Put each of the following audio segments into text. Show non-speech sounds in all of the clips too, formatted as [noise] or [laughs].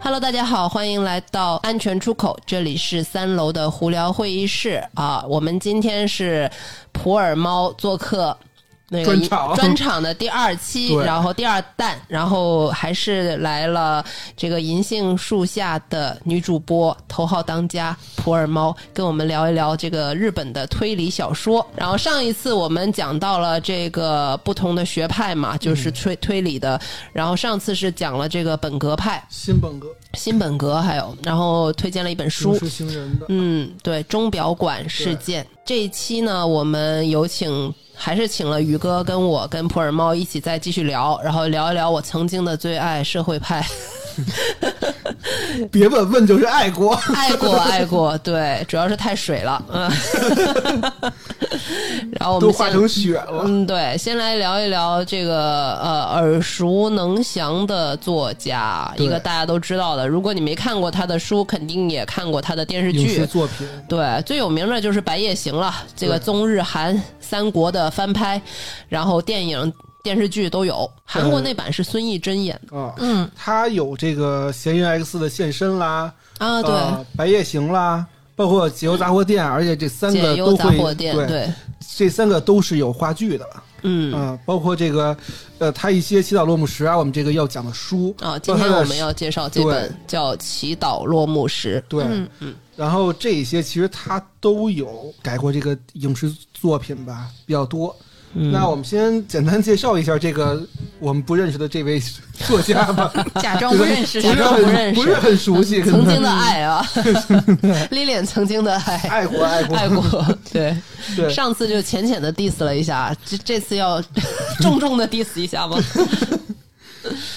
Hello，大家好，欢迎来到安全出口，这里是三楼的胡聊会议室啊。我们今天是普洱猫做客。那个专场专场的第二期， [laughs] 对然后第二弹，然后还是来了这个银杏树下的女主播头号当家普洱猫，跟我们聊一聊这个日本的推理小说。然后上一次我们讲到了这个不同的学派嘛，就是嗯推推理的，然后上次是讲了这个本格派，新本格新本格，还有然后推荐了一本不书，是星人的，嗯，对，钟表馆事件这一期呢，我们有请还是请了宇哥跟我跟普洱猫一起再继续聊，然后聊一聊我曾经的最爱社会派，别问问就是爱国。爱 [laughs] 过爱过，对，主要是太水了，嗯，然后我们都先化成雪了，嗯，对，先来聊一聊这个呃耳熟能详的作家，对一个大家都知道的。如果你没看过他的书，肯定也看过他的电视影视剧。作品对，最有名的就是《白夜行》了，这个对中日韩三国的翻拍，然后电影、电视剧都有。韩国那版是孙艺珍演的啊，嗯他有这个《嫌疑人 X 的现身》啦，啊，对，呃白夜行》啦，包括《解忧杂货店》，而且这三解个忧都杂会货店，对，对，这三个都是有话剧的，嗯。嗯，包括这个，呃，他一些《祈祷落幕时》啊，我们这个要讲的书啊，今天我们。包括他要的介绍这本叫《祈祷落幕时对，嗯然后这些其实他都有改过这个影视作品吧，比较多。》。嗯那我们先简单介绍一下这个我们不认识的这位作家吧，假装不认识不 [laughs] 是假是装吧？不很认识 [laughs] 不是很熟悉，可 [laughs] 曾能经的爱 [laughs] 啊，Lilian 曾经的爱，爱过爱过爱过。 [laughs] 对，对，上次就浅浅的 diss 了一下，这这次要 [laughs] 重重的 diss 一下吗？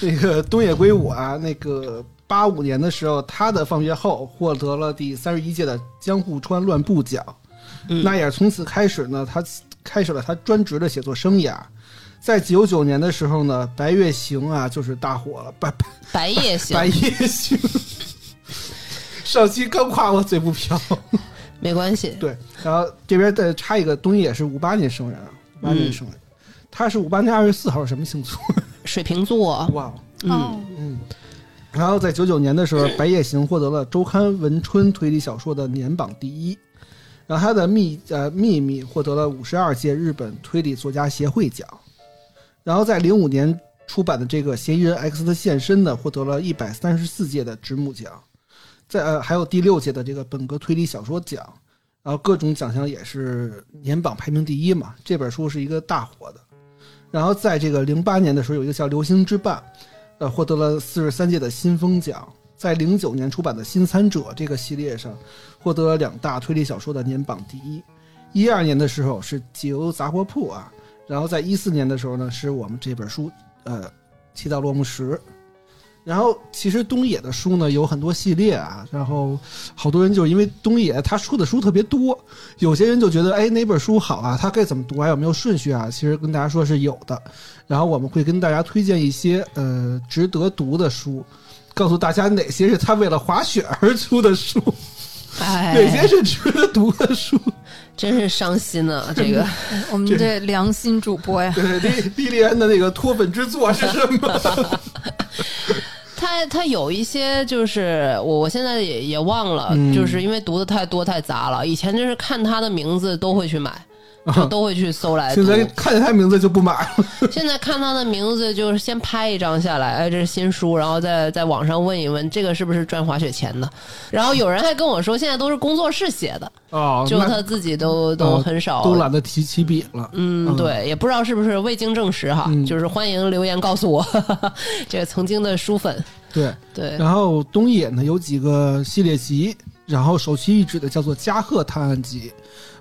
那个东野圭吾啊，那个八五年的时候，他的放学后获得了第三十一届的江户川乱步奖，嗯那也是从此开始呢，他开始了他专职的写作生涯。在九九年的时候呢，《白月行》啊就是大火了，白白白夜行白夜行。上期刚夸我嘴不瓢，没关系，对，然后这边再插一个，东野也是五八年生人啊，五八年生人，他是五八年二月四号，什么星座？水瓶座，哇，嗯，哦，嗯。然后在九九年的时候，《白夜行》获得了周刊文春推理小说的年榜第一，然后他的秘呃秘密获得了五十二届日本推理作家协会奖，然后在零五年出版的这个《嫌疑人 X 的现身》呢，获得了一百三十四届的直木奖，在呃还有第六届的这个本格推理小说奖，然后各种奖项也是年榜排名第一嘛，这本书是一个大火的。然后在这个零八年的时候，有一个叫《流星之伴》，呃，获得了四十三届的新风奖。在零九年出版的《新参者》这个系列上，获得了两大推理小说的年榜第一。一二年的时候是《解忧杂货铺》啊，然后在一四年的时候呢，是我们这本书，呃，《祈祷落幕时》。然后其实东野的书呢有很多系列啊，然后好多人就是因为东野他出的书特别多，有些人就觉得哎哪本书好啊，他该怎么读啊，有没有顺序啊？其实跟大家说是有的，然后我们会跟大家推荐一些呃值得读的书，告诉大家哪些是他为了滑雪而出的书，哪些哎，是值得读的书。真是伤心 [laughs] 啊！这个 [laughs] 我们这良心主 [laughs] 播呀， [laughs] 对，莉莉莉安的那个脱粉之作是什么？他他有一些就是我我现在也也忘了，嗯就是因为读的太多太杂了。以前就是看他的名字都会去 [laughs] 买，就都会去搜来读。 [laughs] 现在看见他名字就不买了。 [laughs] 现在看他的名字，就是先拍一张下来，哎，这是新书，然后在在网上问一问，这个是不是赚滑雪钱的？然后有人还跟我说，现在都是工作室写的，[laughs] 哦就他自己都哦都很少。都懒得提起笔了。嗯，对，也不知道是不是未经证实哈，嗯就是欢迎留言告诉我， [laughs] 这个曾经的书粉，对，对，然后东野呢有几个系列集，然后首屈一指的叫做加贺探案集，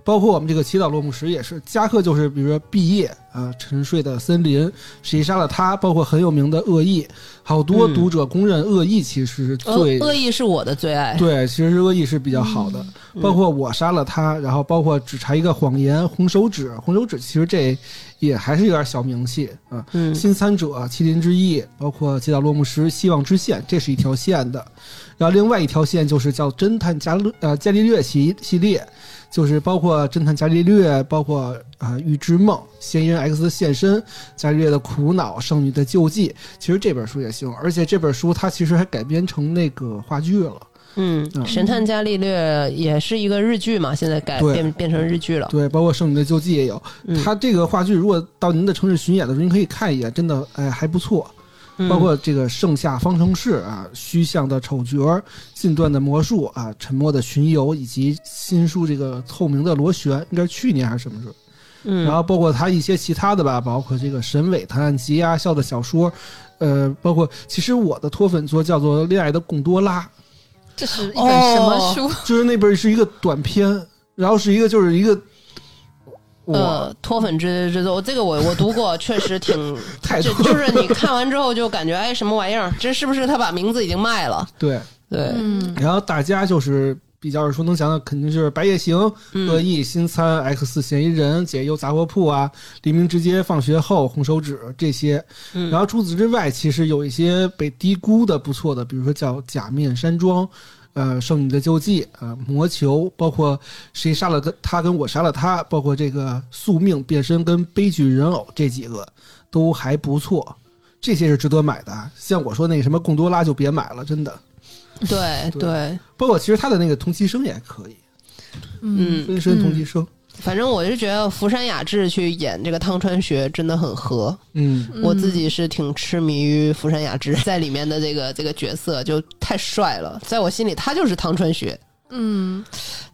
包括我们这个祈祷落幕时也是，加贺就是比如说毕业啊、沉睡的森林，谁杀了他，包括很有名的恶意，好多嗯读者公认恶意其实是恶最、恶意是我的最爱，嗯对，其实恶意是比较好的，包括我杀了他，然后包括只查一个谎言，红手指，红手指其实这也还是有点小名气啊。嗯新参者、麒麟之翼，包括祈祷落幕时、希望之线，这是一条线的。然后另外一条线就是叫侦探伽利呃伽利略系系列，就是包括侦探伽利略，包括啊、呃预知梦、嫌疑人 X 的现身、伽利略的苦恼、圣女的救济，其实这本书也行，而且这本书它其实还改编成那个话剧了。嗯，嗯《神探伽利略》也是一个日剧嘛，现在改对变变成日剧了。对，包括《圣女的救济》也有。嗯它这个话剧如果到您的城市巡演的时候，您可以看一眼，真的哎还不错。嗯包括这个盛夏方程式啊、虚像的丑角儿、近段的魔术啊、沉默的巡游，以及新书这个透明的螺旋，应该是去年还是什么时候？嗯，然后包括他一些其他的吧，包括这个沈伟探案集啊、笑的小说，呃，包括其实我的脱粉作叫做《恋爱的贡多拉》，这是一本什么书？就是那本是一个短篇，然后是一个就是一个。哇、呃，脱粉之之作，这个我我读过，确实 [laughs] 挺，太就多了就是你看完之后就感觉哎什么玩意儿，这是不是他把名字已经卖了？对，对，嗯，然后大家就是比较耳熟能详的，肯定是《白夜行》恶嗯意新餐、X 嫌疑人、解忧杂货铺啊、黎明之街、放学后、红手指这些。嗯然后除此之外，其实有一些被低估的不错的，比如说叫《假面山庄》。呃，圣女的救济，呃，魔球，包括谁杀了跟他跟我杀了他，包括这个宿命变身跟悲剧人偶这几个都还不错，这些是值得买的啊。像我说那什么贡多拉就别买了，真的。对 [laughs] 对对，包括其实他的那个同期声也还可以，嗯，分身同期声，反正我是觉得福山雅治去演这个汤川学真的很合，嗯我自己是挺痴迷于福山雅治 [laughs] 在里面的这个这个角色，就太帅了，在我心里他就是汤川学。嗯，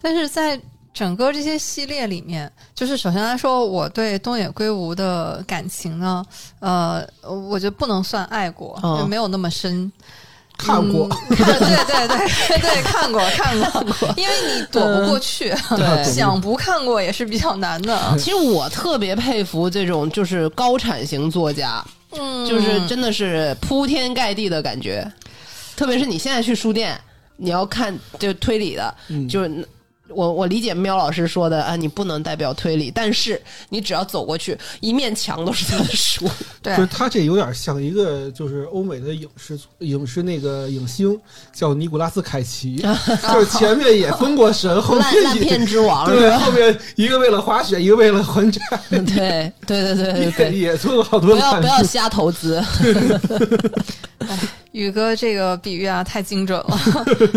但是在整个这些系列里面，就是首先来说，我对东野圭吾的感情呢，呃，我觉得不能算爱过，哦就没有那么 [laughs] 深。看过 [laughs] 嗯，看对对对对，[laughs] 看过看过，因为你躲不过去，嗯对想不看过也是比较难的。其实我特别佩服这种就是高产型作家，[laughs] 嗯，就是真的是铺天盖地的感觉。特别是你现在去书店，你要看就推理的，嗯就是我我理解喵老师说的啊，你不能代表推理，但是你只要走过去，一面墙都是他的 [laughs] 书。对就是他这有点像一个就是欧美的影视影视那个影星叫尼古拉斯凯 [laughs] 奇，就是前面也封过神，后烂烂面片也之王，是对吧后面一个为了滑雪，一个为了还债， [laughs] 对对对对对也 [laughs] 对，也做了好多不要烂不要事。瞎投资。哎宇哥这个比喻啊，太精准了。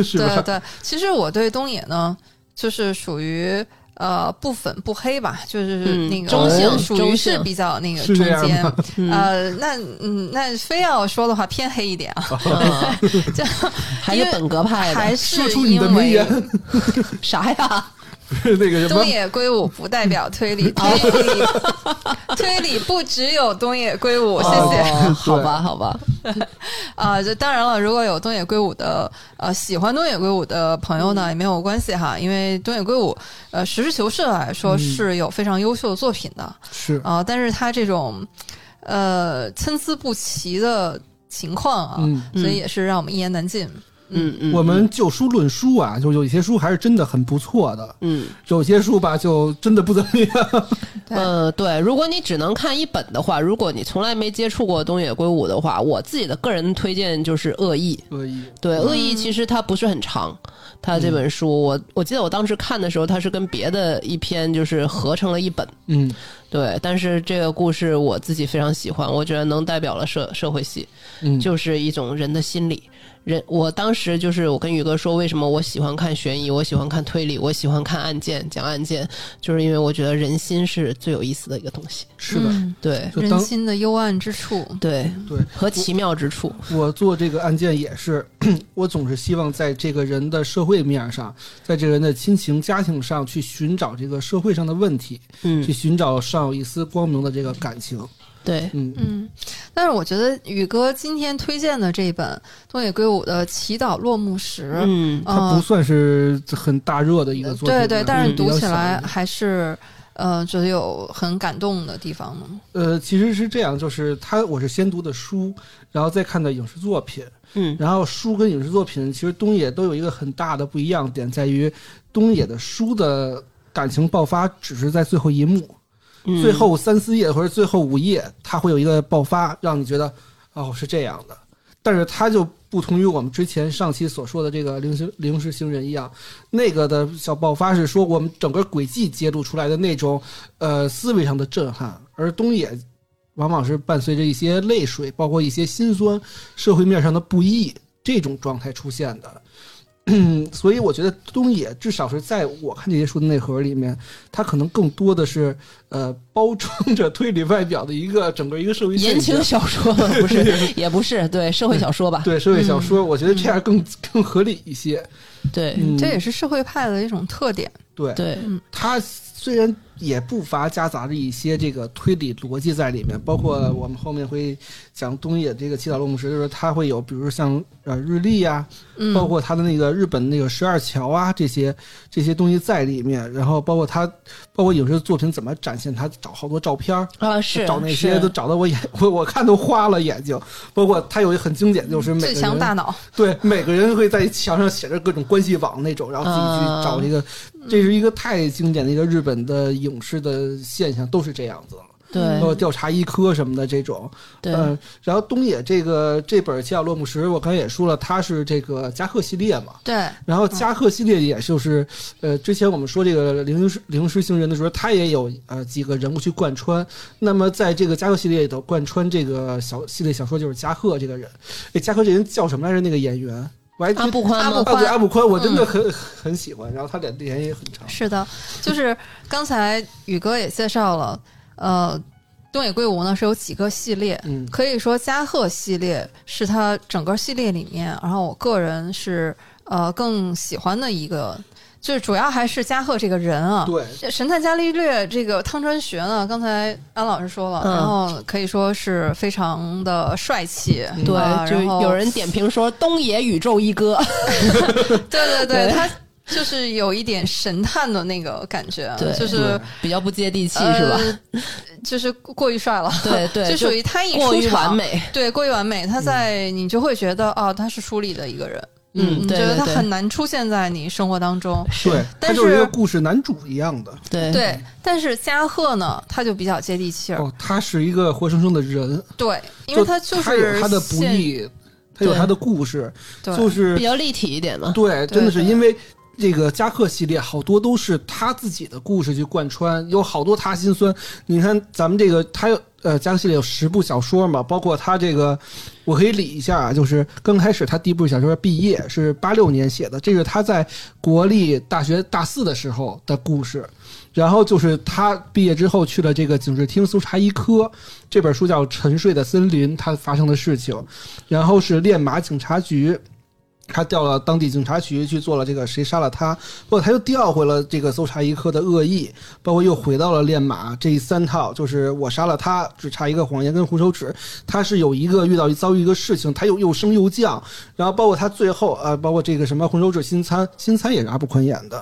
是吧对对，其实我对东野呢，就是属于呃不粉不黑吧，就是嗯那个、中性属中于性是比较那个是中这样间吗。呃，那嗯，那非要说的话，偏黑一点 [laughs] 啊，嗯这 [laughs] 还是本格派还的，说是出你因的名为言， [laughs] 啥呀？那个什么东，野圭吾不代表 [laughs] 推理，推理推理不只有东野圭吾，谢谢。哦好吧，好吧，啊，这当然了，如果有东野圭吾的呃喜欢东野圭吾的朋友嗯呢，也没有关系哈，因为东野圭吾呃实事求是来说嗯是有非常优秀的作品的啊、是但是他这种呃参差不齐的情况啊，嗯。所以也是让我们一言难尽。嗯嗯，我们就书论书啊，就有一些书还是真的很不错的，嗯。有些书吧就真的不怎么样。 [laughs] 对呃，对，如果你只能看一本的话，如果你从来没接触过东野圭吾的话，我自己的个人推荐就是《恶意》。所以，对，《恶意》其实它不是很长，它这本书我我记得我当时看的时候，它是跟别的一篇就是合成了一本。嗯，对，但是这个故事我自己非常喜欢，我觉得能代表了社社会系，嗯就是一种人的心理。人，我当时就是我跟宇哥说，为什么我喜欢看悬疑，我喜欢看推理，我喜欢看案件讲案件，就是因为我觉得人心是最有意思的一个东西。是的，嗯对就人当心的幽暗之处。对嗯对和奇妙之处，我做这个案件也是， [clears throat] 我总是希望在这个人的社会面上，在这个人的亲情、家庭上去寻找这个社会上的问题，嗯去，寻找尚有一丝光明的这个感情。对，嗯，嗯，但是我觉得宇哥今天推荐的这本东野圭吾的《祈祷落幕时》，嗯呃它不算是很大热的一个作品吧，嗯对对，但是比较读起小一来点还是呃，觉得有很感动的地方呢。呃，其实是这样，就是他我是先读的书，然后再看的影视作品，嗯然后书跟影视作品其实东野都有一个很大的不一样点，在于东野的书的感情爆发只是在最后一幕。嗯，最后三四页或者最后五页，它会有一个爆发，让你觉得哦是这样的。但是它就不同于我们之前上期所说的这个零星零式星人一样，那个的小爆发是说我们整个轨迹揭露出来的那种呃思维上的震撼，而东野往往是伴随着一些泪水，包括一些心酸、社会面上的不易这种状态出现的。 [clears throat] 所以我觉得东野至少是在我看这些书的内核里面，它可能更多的是呃包装着推理外表的一个整个一个社会现言象情小说不 [laughs] 是，也不是，对社会小说吧？对社会小嗯说，我觉得这样更更合理一些。对嗯，这也是社会派的一种特点。对，对它虽然也不乏夹杂着一些这个推理逻辑在里面，包括我们后面会讲东野这个七岛落幕时，就是它会有，比如像呃日历啊，嗯，包括他的那个日本那个十二桥啊，这些这些东西在里面，然后包括他，包括影视作品怎么展现，他找好多照片儿，啊，是找那些是都找得我眼 [laughs] 我我看都花了眼睛。包括他有一个很经典，就是嗯每个最人强大脑，对每个人会在墙上写着各种关系网那种，然后自己嗯去找这个，这是一个太经典的一个日本的影视的现象，都是这样子的。对包括调查医科什么的这种，对嗯，然后东野这个这本《七角落幕时》，我刚才也说了，它是这个夹克系列嘛，对，然后加贺系列也就是，呃，之前我们说这个灵师灵师星人的时候，他也有呃几个人物去贯穿。那么在这个加贺系列里头，贯穿这个小系列小说就是加贺这个人。哎，加贺这人叫什么来着？那个演员，我还阿真布宽阿吗布？啊，对阿布宽，我真的嗯很、很喜欢。然后他脸脸也很长，是的，就是刚才宇哥也介绍了，呃，东野圭吾呢是有几个系列，嗯可以说加贺系列是他整个系列里面，然后我个人是呃更喜欢的一个，就是主要还是加贺这个人啊。对，这神探伽利略这个汤川学呢，刚才安老师说了，嗯然后可以说是非常的帅气，对啊，就然后有人点评说东野宇宙一哥， [laughs] 对对对对，他就是有一点神探的那个感觉，啊对就是比较不接地气是吧？呃？就是过于帅了，呃对对就就属于他一过出于场完，美，对，过于完美。他在你就会觉得哦，他是书里的一个人，嗯你对觉得对他对很难出现在你生活当中。对，他但就是一是个故事男主一样的。对对，但是加贺呢，他就比较接地气儿，哦，他是一个活生生的人，对，因为他就他有是他的不现，易，他有对他的故事，对，就是比较立体一点嘛。对，对真的是对因为这个夹克系列好多都是他自己的故事去贯穿，有好多他心酸。你看咱们这个他有呃夹克系列有十部小说嘛，包括他这个，我可以理一下啊，就是刚开始他第一部小说《毕业》是八六年写的，这是他在国立大学大四的时候的故事。然后就是他毕业之后去了这个警视厅搜查一科，这本书叫《沉睡的森林》，它发生的事情。然后是练马警察局，他调了当地警察局去做了这个谁杀了他，包括他又调回了这个搜查一科的恶意，包括又回到了练马这三套，就是我杀了他，只差一个谎言跟红手指，他是有一个遇到一遭遇一个事情，他又又升又降，然后包括他最后呃，包括这个什么红手指新参，新参也是阿布宽演的，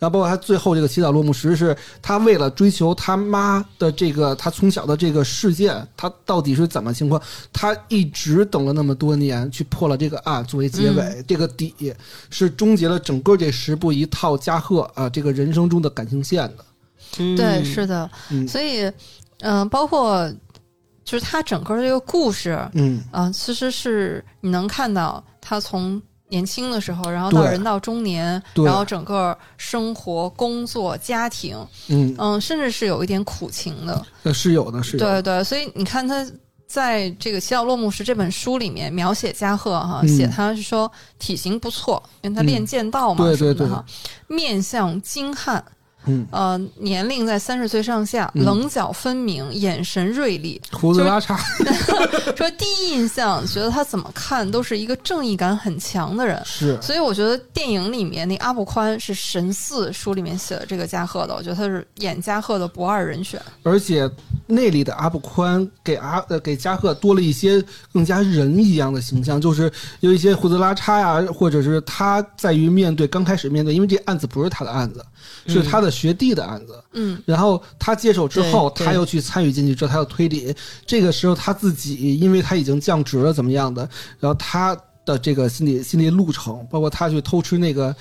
然后包括他最后这个祈祷落幕时是他为了追求他妈的这个他从小的这个事件，他到底是怎么情况，他一直等了那么多年去破了这个案作为结尾，嗯这个底是终结了整个这十部一套加贺啊这个人生中的感情线的。嗯对，是的，嗯所以，嗯、包括就是他整个这个故事，嗯，啊、其实是你能看到他从年轻的时候，然后到对人到中年，对然后整个生活、工作、家庭，嗯，嗯，甚至是有一点苦情的。呃是有的，是有的。对对，所以你看他在这个《祈祷落幕时》这本书里面描写加贺哈，嗯写他是说体型不错，因为他练剑道嘛、嗯对什么对的对哈，面相精悍，嗯，呃，年龄在三十岁上下，嗯棱角分明，眼神锐 [laughs] 利，胡子拉碴，说第一印象觉得他怎么看都是一个正义感很强的人，是所以我觉得电影里面那阿布宽是神似书里面写的这个加贺的，我觉得他是演加贺的不二人选。而且那里的阿布宽给阿呃给加贺多了一些更加人一样的形象，就是有一些胡子拉碴呀、或者是他在于面对刚开始面对，因为这案子不是他的案子，是他的学弟的案子。嗯，然后他接手之后，对对他又去参与进去之后，他要推理。这个时候他自己，因为他已经降职了，怎么样的？然后他哎的这个心理心理路程，包括他去偷吃那个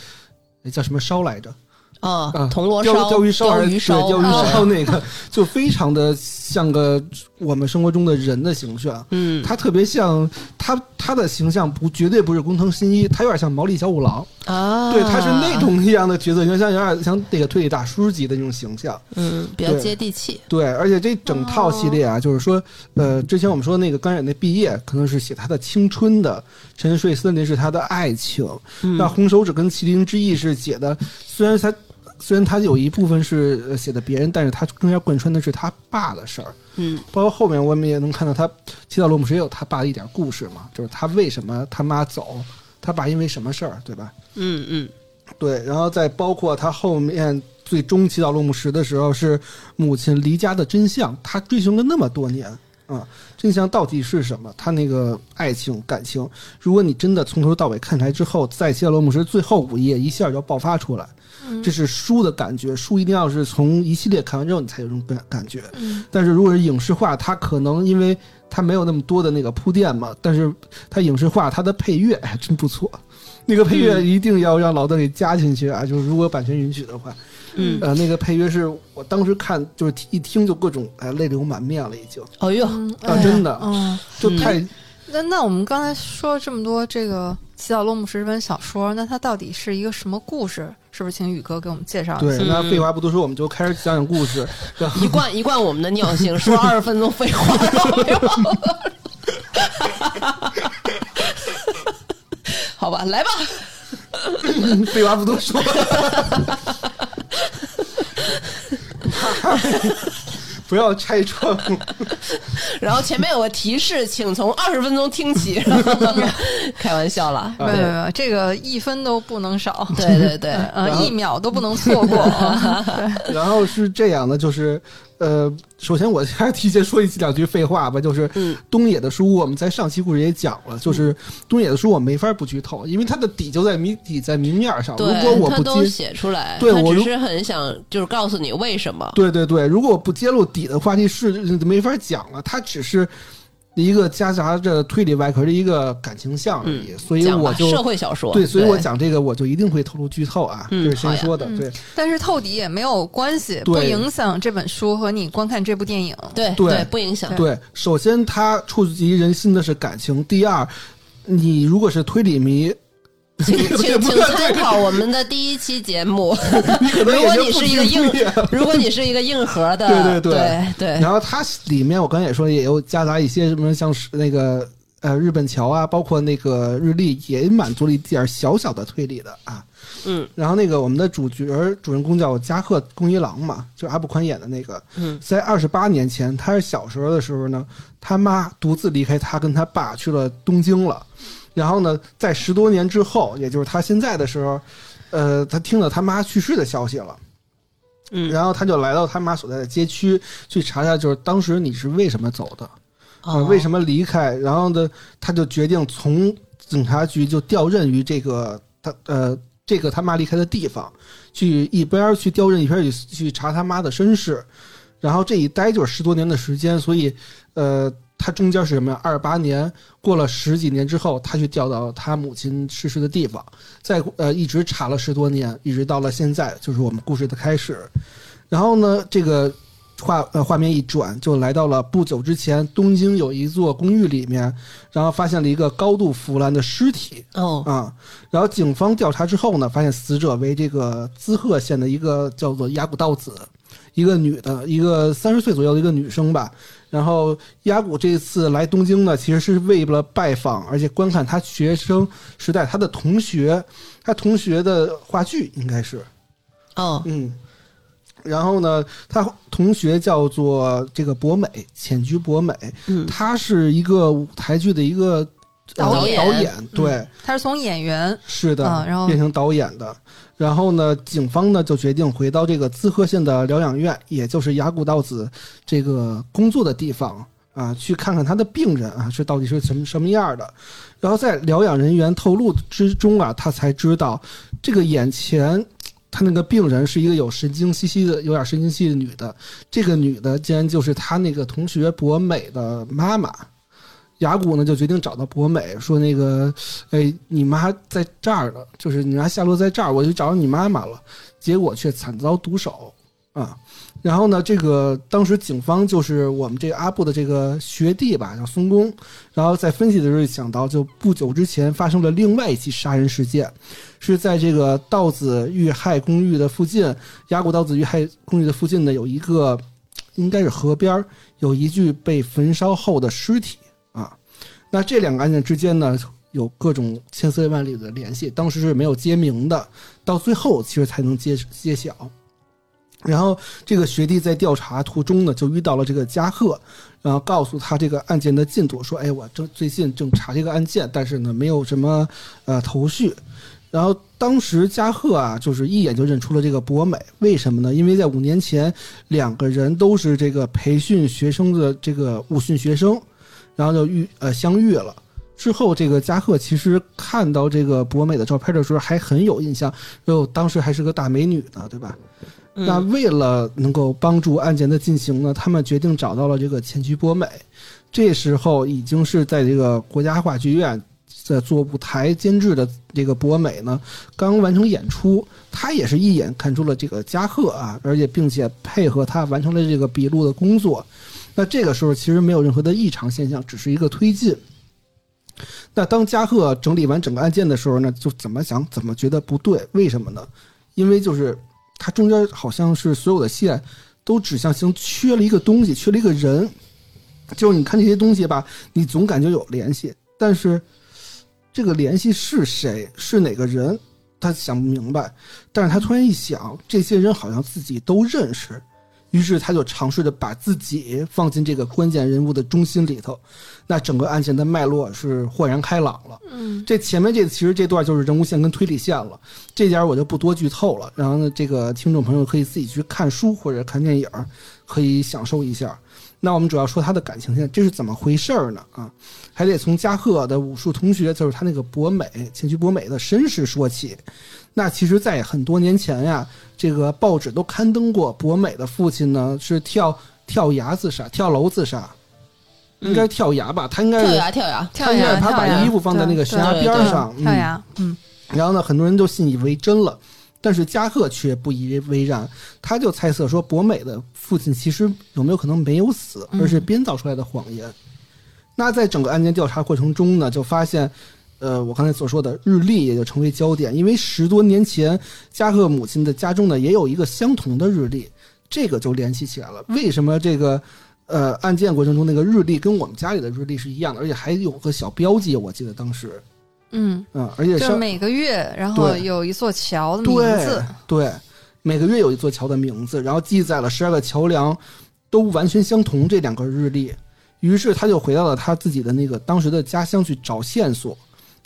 那叫什么烧来着？啊啊，铜锣钓烧、钓鱼烧还是鱼烧，对钓鱼啊烧那个，就非常的像个我们生活中的人的形象。嗯，他特别像他他的形象不绝对不是工藤新一，他有点像毛利小五郎，啊，对，他是那，种一样的角色形象，有点像那个推理大叔级的那种形象。嗯，比较对接地气，对，而且这整套系列啊，就是说，呃，之前我们说那个刚演那毕业，可能是写他的青春的，《沉睡森林》是他的爱情，嗯那《红手指》跟《麒麟之翼》是写的，虽然他虽然他有一部分是呃写的别人，但是他中间贯穿的是他爸的事儿，嗯包括后面我们也能看到他《七道罗姆士》也有他爸的一点故事嘛，就是他为什么他妈走，他爸因为什么事儿，对吧？嗯嗯，对，然后再包括他后面最终祈祷落幕时的时候，是母亲离家的真相，他追寻了那么多年啊，真相到底是什么？他那个爱情感情，如果你真的从头到尾看来之后，在祈祷落幕时最后五页一下就爆发出来，这是书的感觉。书一定要是从一系列看完之后，你才有这种感感觉。嗯但是如果是影视化，它可能因为它没有那么多的那个铺垫嘛，但是它影视化它的配乐还真不错，那个配乐一定要让老邓给加进去啊！就是如果版权允许的话，嗯呃，那个配乐是我当时看就是一听就各种哎泪流满面了，已经哦呦，嗯，啊哎呀真的嗯。就太、那那我们刚才说了这么多，这个《祈祷落幕时》这本小说，那它到底是一个什么故事？是不是请宇哥给我们介绍一对下？。那废话不多说，我们就开始讲讲故事。然后一贯一贯我们的尿性，说二十分钟废话哎都没有。 [laughs] 好吧，来吧，废话不多说。 [laughs] 不要拆穿我！然后前面有个提示，请从二十分钟听起。开玩笑啦，啊没有没有没有，这个一分都不能少，对对对， [laughs] 呃，然后一秒都不能 [laughs] 错过。 [laughs] 然后是这样的，就是呃，首先我还是提前说一两句废话吧，就是嗯东野的书，我们在上期故事也讲了，就是东野的书我没法不剧透，因为它的底就在谜底在谜面啊上，如对，果我他不都揭。写出来，对他我只如是很想就是告诉你为什么。对对对，如果我不揭露底的话，这是没法讲了。它只是一个夹杂着推理外壳的一个感情项而已，所以嗯讲吧我就社会小说，对，所以我讲这个我就一定会透露剧透啊，嗯这是先好呀说的。嗯对，但是透底也没有关系，对不影响这本书和你观看这部电影。对对不影响。对，首先它触及人心的是感情，第二，你如果是推 [clears throat] 理迷， [laughs] 请对请不请对参考我们的第一期节目。 [laughs] 你可能如也果就你不是一听个硬推理，如果你是一个硬核的， [laughs] 对对对对对然后它里面我刚才也说了，也有夹杂一些什么像是那个呃日本桥啊，包括那个日历，也满足了一点小小的推理的啊。嗯然后那个我们的主角主人公叫加贺恭一郎嘛，就是阿部宽演的那个，嗯在二十八年前，他是小时候的时候呢，他妈独自离开他跟他爸去了东京了。然后呢，在十多年之后，也就是他现在的时候，呃，他听了他妈去世的消息了。嗯，然后他就来到他妈所在的街区去查查，就是当时你是为什么走的，啊、哦为什么离开？然后呢，他就决定从警察局就调任于这个他呃这个他妈离开的地方，去一边儿去调任一边儿去去查他妈的身世。然后这一待就是十多年的时间，所以呃，他中间是什么呀？二十八年过了十几年之后，他去调到他母亲逝世的地方，再呃一直查了十多年，一直到了现在，就是我们故事的开始。然后呢，这个画呃画面一转，就来到了不久之前东京有一座公寓里面，然后发现了一个高度腐烂的尸体哦，啊、然后警方调查之后呢，发现死者为这个滋贺县的一个叫做雅古道子，一个女的，一个三十岁左右的一个女生吧。然后雅古这次来东京呢，其实是为了拜访，而且观看她学生时代她的同学，她同学的话剧应该是， [laughs] 哦，嗯，然后呢，他同学叫做这个博美，浅居博美，嗯他是一个舞台剧的一个呃导演嗯导演对，他是从演员，是的，啊然后变成导演的。然后呢，警方呢就决定回到这个滋贺县的疗养院，也就是雅古道子这个工作的地方啊，去看看他的病人啊，这到底是什么什么样的。然后在疗养人员透露之中啊，他才知道这个眼前。他那个病人是一个有神经兮兮的、有点神经兮的女的，这个女的竟然就是他那个同学博美的妈妈，雅古呢就决定找到博美，说那个，哎，你妈在这儿呢，就是你妈下落在这儿，我去找你妈妈了，结果却惨遭毒手啊。然后呢，这个当时警方就是我们这个阿布的这个学弟吧，叫孙工，然后在分析的时候想到，就不久之前发生了另外一起杀人事件，是在这个稻子遇害公寓的附近，雅古稻子遇害公寓的附近呢有一个应该是河边儿有一具被焚烧后的尸体啊。那这两个案件之间呢，有各种千丝万缕的联系，当时是没有揭明的，到最后其实才能揭揭晓。然后这个学弟在调查途中呢，就遇到了这个加贺，然后告诉他这个案件的进度，说：“哎，我正最近正查这个案件，但是呢，没有什么呃头绪。”然后当时加贺啊，就是一眼就认出了这个博美，为什么呢？因为在五年前，两个人都是这个培训学生的这个武训学生，然后就遇呃相遇了。之后，这个加贺其实看到这个博美的照片的时候还很有印象，就当时还是个大美女呢，对吧？那嗯为了能够帮助案件的进行呢，他们决定找到了这个前局博美。这时候已经是在这个国家话剧院在做舞台监制的这个博美呢，刚完成演出，他也是一眼看出了这个加贺啊，而且并且配合他完成了这个笔录的工作。那这个时候其实没有任何的异常现象，只是一个推进。那当加贺整理完整个案件的时候呢，就怎么想怎么觉得不对，为什么呢？因为就是它中间好像是所有的线都指向性缺了一个东西，缺了一个人。就是你看这些东西吧，你总感觉有联系，但是这个联系是谁，是哪个人，他想不明白。但是他突然一想，这些人好像自己都认识，于是他就尝试着把自己放进这个关键人物的中心里头，那整个案件的脉络是豁然开朗了。嗯，这前面这其实这段就是人物线跟推理线了，这点儿我就不多剧透了。然后呢，这个听众朋友可以自己去看书或者看电影儿，可以享受一下。那我们主要说他的感情线，这是怎么回事儿呢？啊，还得从加贺的武术同学，就是他那个博美前去博美的身世说起。那其实，在很多年前呀，这个报纸都刊登过博美的父亲呢是跳跳崖自杀，跳楼自杀，应该是跳崖吧？他应该嗯跳是崖跳 [laughs] 崖，跳应该崖，是他把跳崖衣服放在那个对悬崖对边儿对上跳崖，嗯，然后呢，很多人都信以为真了，但是加贺却不以为然，他就猜测说博美的父亲其实有没有可能没有死，嗯而是编造出来的谎言。那在整个案件调查过程中呢，就发现。呃，我刚才所说的日历也就成为焦点，因为十多年前加贺母亲的家中呢也有一个相同的日历，这个就联系起来了。为什么这个呃案件过程中那个日历跟我们家里的日历是一样的，而且还有个小标记，我记得当时，嗯，嗯，而且就是上每个月，然后对有一座桥的名对字，对，每个月有一座桥的名字，然后记载了十二个桥梁都完全相同这两个日历。于是他就回到了他自己的那个当时的家乡去找线索，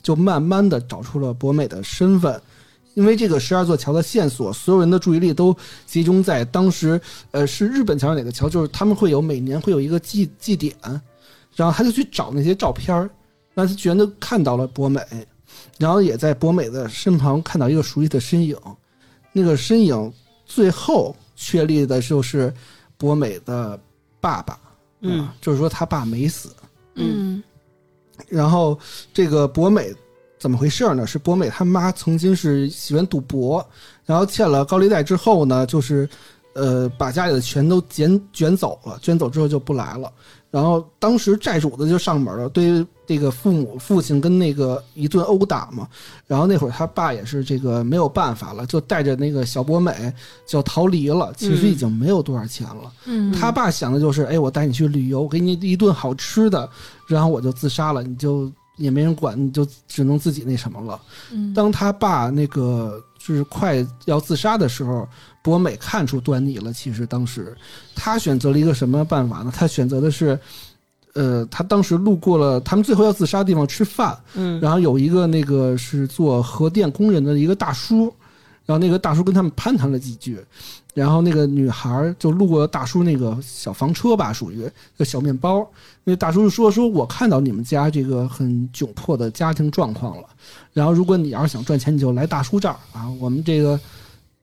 就慢慢的找出了博美的身份。因为这个十二座桥的线索，所有人的注意力都集中在当时，呃，是日本桥还是哪个桥？就是他们会有每年会有一个祭祭典，然后他就去找那些照片儿，那他居然就看到了博美，然后也在博美的身旁看到一个熟悉的身影，那个身影最后确立的就是博美的爸爸，嗯啊，就是说他爸没死。嗯然后这个博美怎么回事呢？是博美他妈曾经是喜欢赌博，然后欠了高利贷之后呢，就是呃把家里的钱都卷卷走了，卷走之后就不来了。然后当时债主子就上门了，对这个父母父亲跟那个一顿殴打嘛。然后那会儿他爸也是这个没有办法了，就带着那个小博美就逃离了。其实已经没有多少钱了。嗯，他爸想的就是，哎，我带你去旅游，给你一顿好吃的，然后我就自杀了，你就也没人管，你就只能自己那什么了。嗯当他爸那个就是快要自杀的时候，博美看出端倪了。其实当时他选择了一个什么办法呢？他选择的是，呃，他当时路过了他们最后要自杀的地方吃饭，嗯，然后有一个那个是做核电工人的一个大叔，然后那个大叔跟他们攀谈了几句，然后那个女孩儿就路过大叔那个小房车吧，属于就小面包。那大叔就说：“说我看到你们家这个很窘迫的家庭状况了，然后如果你要是想赚钱，你就来大叔这儿啊，我们这个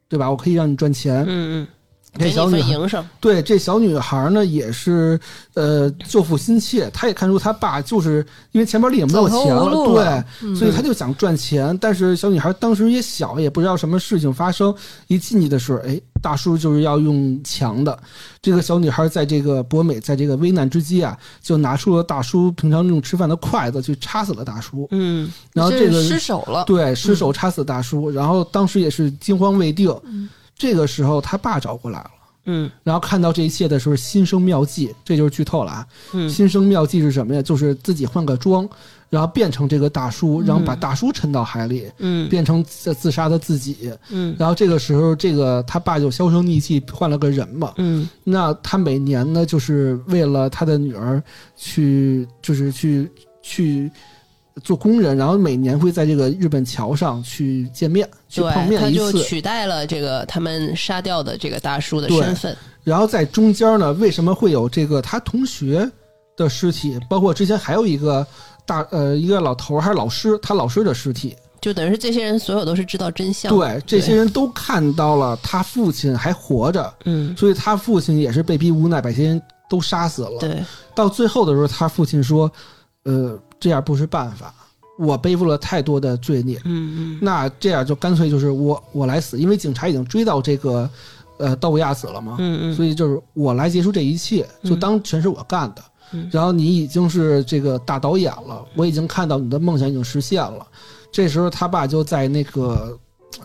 对吧？我可以让你赚钱。”嗯嗯给这你小份女孩营生，对这小女孩呢，也是呃救父心切，她也看出她爸就是因为钱包里也没有走投钱无路对，了嗯所以她就想赚钱。但是小女孩当时也小，也不知道什么事情发生。一进去的时候，哎，大叔就是要用强的。这个小女孩在这个博美在这个危难之际啊，就拿出了大叔平常用吃饭的筷子去插死了大叔。嗯，然后这个就是失手嗯了，对，失手插死大叔，然后当时也是惊慌未定。嗯这个时候，他爸找过来了。嗯然后看到这一切的时候，心生妙计，这就是剧透了啊！嗯心生妙计是什么呀？就是自己换个装，然后变成这个大叔，然后把大叔沉到海里，嗯变成自自杀的自己。嗯然后这个时候，这个他爸就销声匿迹，换了个人嘛。嗯那他每年呢，就是为了他的女儿去，就是去去做工人，然后每年会在这个日本桥上去见面，去碰对，他面一就次。取代了这个他们杀掉的这个大叔的对身份，然后在中间呢，为什么会有这个他同学的尸体？包括之前还有一个大呃一个老头儿还是老师，他老师的尸体。就等于是这些人所有都是知道真相的，对，这些人都看到了他父亲还活着，嗯，所以他父亲也是被逼无奈把这些人都杀死了。对，到最后的时候，他父亲说：“呃，这样不是办法，我背负了太多的罪孽，嗯嗯那这样就干脆就是我我来死，因为警察已经追到这个呃道亚死了嘛。嗯嗯，所以就是我来结束这一切，就当全是我干的。嗯然后你已经是这个大导演了，我已经看到你的梦想已经实现了。这时候他爸就在那个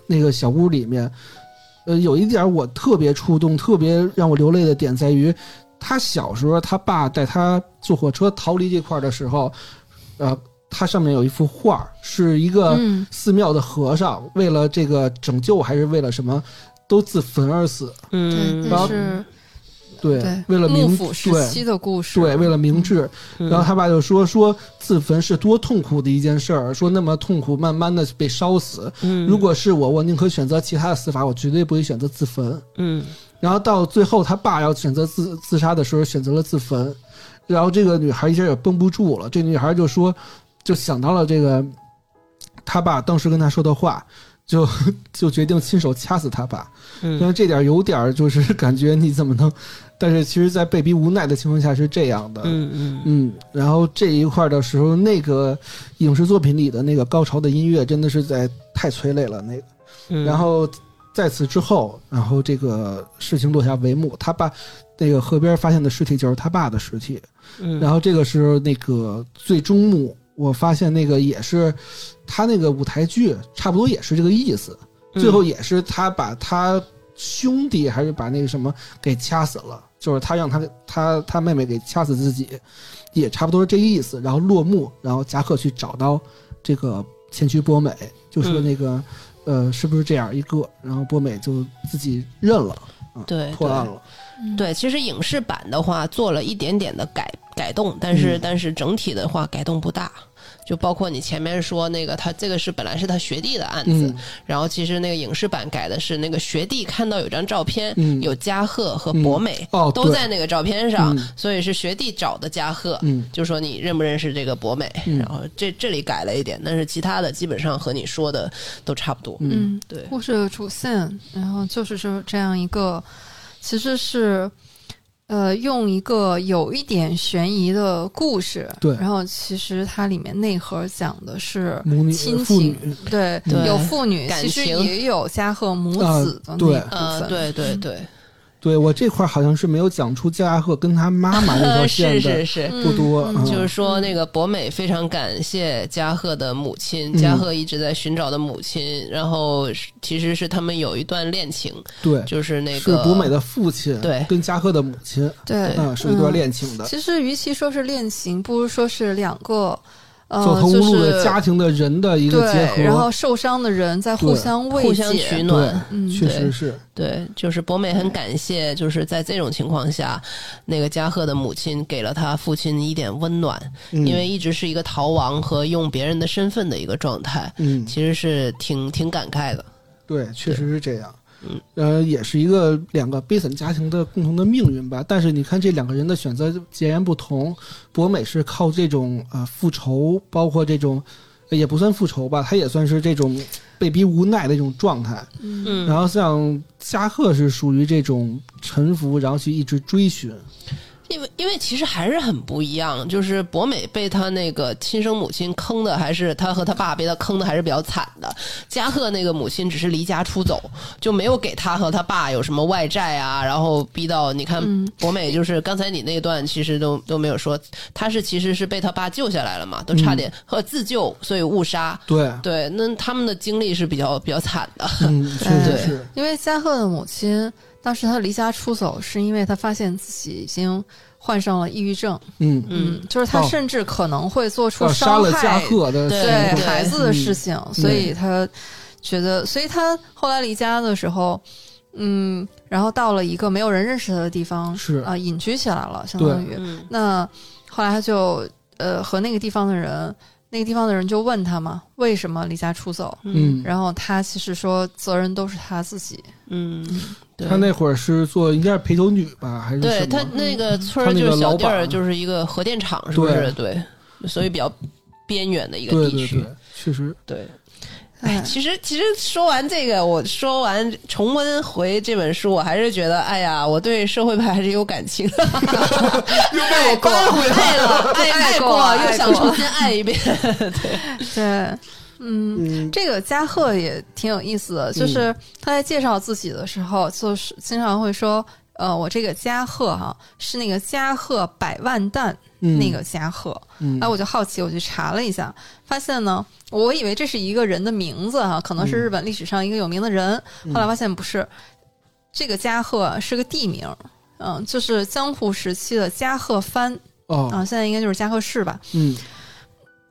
那个小屋里面，呃，有一点我特别触动，特别让我流泪的点在于，他小时候他爸带他坐火车逃离这块儿的时候，呃，他上面有一幅画儿，是一个、嗯，寺庙的和尚为了这个拯救还是为了什么，都自焚而死。嗯，对，然那后是对，对为了幕明府时对期的故事，对，为了明治。嗯然后他爸就说说自焚是多痛苦的一件事儿，说那么痛苦，慢慢的被烧死。嗯如果是我，我宁可选择其他的死法，我绝对不会选择自焚。嗯然后到最后，他爸要选择自自杀的时候，选择了自焚。然后这个女孩一下也绷不住了，这女孩就说，就想到了这个他爸当时跟她说的话，就 [laughs] 就决定亲手掐死他爸。因嗯为这点有点儿就是 [laughs] 感觉你怎么能？但是其实，在被逼无奈的情况下是这样的。嗯嗯嗯，然后这一块儿的时候，那个影视作品里的那个高潮的音乐真的是在太催泪了。那个，嗯，然后在此之后，然后这个事情落下帷幕。他爸那个河边发现的尸体就是他爸的尸体。嗯然后这个时候，那个最终幕，我发现那个也是他那个舞台剧差不多也是这个意思。最后也是他把他兄弟还是把那个什么给掐死了，就是他让他他他妹妹给掐死自己，也差不多是这个意思。然后落幕，然后夹克去找到这个前去波美，就说那个、呃是不是这样一个，然后波美就自己认了，对破案了。嗯，对，其实影视版的话做了一点点的改改动，但是、嗯但是整体的话改动不大。就包括你前面说那个，他这个是本来是他学弟的案子，嗯然后其实那个影视版改的是那个学弟看到有张照片，嗯有加贺和博美、嗯哦都对在那个照片上，嗯所以是学弟找的加贺，嗯就说你认不认识这个博美，嗯然后这这里改了一点，但是其他的基本上和你说的都差不多。嗯，对，故事的主线，然后就是这这样一个，其实是。呃，用一个有一点悬疑的故事，对然后其实它里面内核讲的是母女亲父女嗯情，对，对有父女，感其实情也有加贺母子的那一部啊对分，呃，对对对，嗯对我这块儿好像是没有讲出加贺跟他妈妈 [laughs] 那条线是的是是，不多，嗯嗯就是说，那个博美非常感谢加贺的母亲，嗯加贺一直在寻找的母亲，然后是其实是他们有一段恋情，对。就是那是个博美的父亲，对跟加贺的母亲，对，嗯，是一段恋情的，其实，与其说是恋情，不如说是两个嗯呃，走投无路就的是家庭的人的一个结合，对，然后受伤的人在互对相慰藉，互相取对暖。，嗯确实是，对，就是博美很感谢，就是在这种情况下，那个加贺的母亲给了他父亲一点温暖，嗯因为一直是一个逃亡和用别人的身份的一个状态，嗯，其实是挺挺感慨的。对，确实是这样。呃，也是一个两个悲惨家庭的共同的命运吧。但是你看这两个人的选择截然不同。博美是靠这种呃复仇，包括这种、呃也不算复仇吧，他也算是这种被逼无奈的一种状态。嗯嗯，然后像加贺是属于这种沉浮，然后去一直追寻。因为因为其实还是很不一样，就是博美被他那个亲生母亲坑的，还是他和他爸被他坑的还是比较惨的。加贺那个母亲只是离家出走，就没有给他和他爸有什么外债啊，然后逼到你看嗯博美就是刚才你那段其实都都没有说，他是其实是被他爸救下来了嘛，都差点和自救，所以误杀。对，对，那他们的经历是比较比较惨的。嗯，确实是，因为加贺的母亲当时她离家出走，是因为她发现自己已经患上了抑郁症。嗯，嗯，就是她哦甚至可能会做出呃杀伤了加害贺的对行对为孩子的事情，嗯所以她觉得，所以她后来离家的时候，嗯，然后到了一个没有人认识她的地方，是啊、隐居起来了，相当于。嗯那后来她就呃和那个地方的人，那个地方的人就问她嘛，为什么离家出走？嗯嗯，然后她其实说责任都是她自己，嗯，对。他那会儿是做应该是陪酒女吧，还是对什他么？那个村他儿那就个是小老店儿，板就是一个核电厂，是不是？对，所以比较边缘的一个对地对区对。，确实，对，哎，嗯 [laughs] 哎，其实其实说完这个，我说完重温回这本书，我还是觉得，哎呀，我对社会派还是有感 [laughs] 情，爱过，爱回来了，哎爱 [laughs] 爱过过，爱又想过重新爱一遍。 [laughs] 对，嗯。嗯，这个加贺也挺有意思的，就是他在介绍自己的时候，就是经常会说，呃，我这个加贺哈、是那个加贺百万担嗯那个，加贺。嗯哎、我就好奇，我去查了一下，发现呢，我以为这是一个人的名字哈、可能是嗯日本历史上一个有名的人，嗯后来发现不是，这个加贺是个地名。嗯，就是江户时期的加贺藩哦，啊，现在应该就是加贺市吧。嗯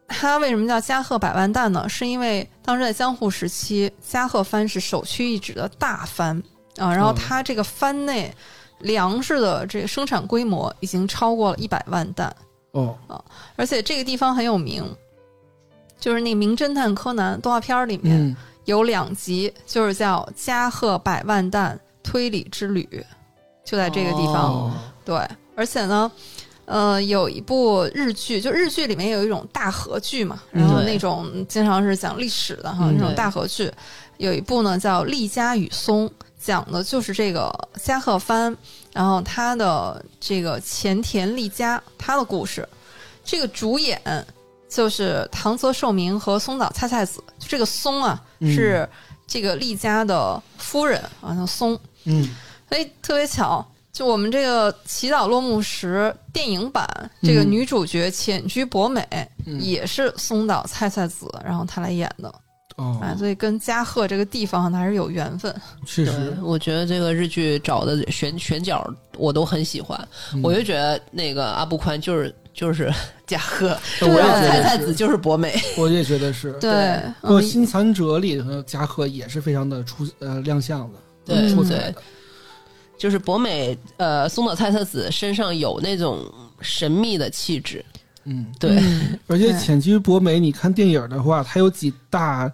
它为什么叫加贺百万担呢？是因为当时在江户时期，加贺藩是首屈一指的大藩啊，然后嗯它这个藩内粮食的这个生产规模已经超过了一百万担，哦，而且这个地方很有名，就是那个《名侦探柯南》动画片儿里面嗯，有两集，就是叫《加贺百万担推理之旅》，就在这个地方。哦，对，而且呢，呃，有一部日剧，就日剧里面有一种大合剧嘛，嗯然后那种经常是讲历史的哈，嗯那种大合剧，有一部呢叫《利家与松》，讲的就是这个加贺藩，然后他的这个前田利家他的故事，这个主演。就是唐泽寿明和松岛菜菜子，这个松啊、嗯是这个利家的夫人啊，叫松。嗯所以特别巧，就我们这个《祈祷落幕时》电影版，这个嗯女主角浅居博美、嗯，也是松岛菜菜子，然后她来演的，哎，哦，所以跟加贺这个地方它还是有缘分。确对实，，我觉得这个日剧找的选选角我都很喜欢，嗯我就觉得那个阿部宽就是就是 [laughs] 加 [laughs] 贺，但我也然后觉菜得菜是嗯子就是博美。我也觉得是。 [laughs] 对，包括《嗯，新残者》里头，加贺也是非常的出呃亮相的，对出彩对的，，就是博美呃松岛菜菜子身上有那种神秘的气质，嗯。对，嗯而且对浅居博美，你看电影的话，它有几大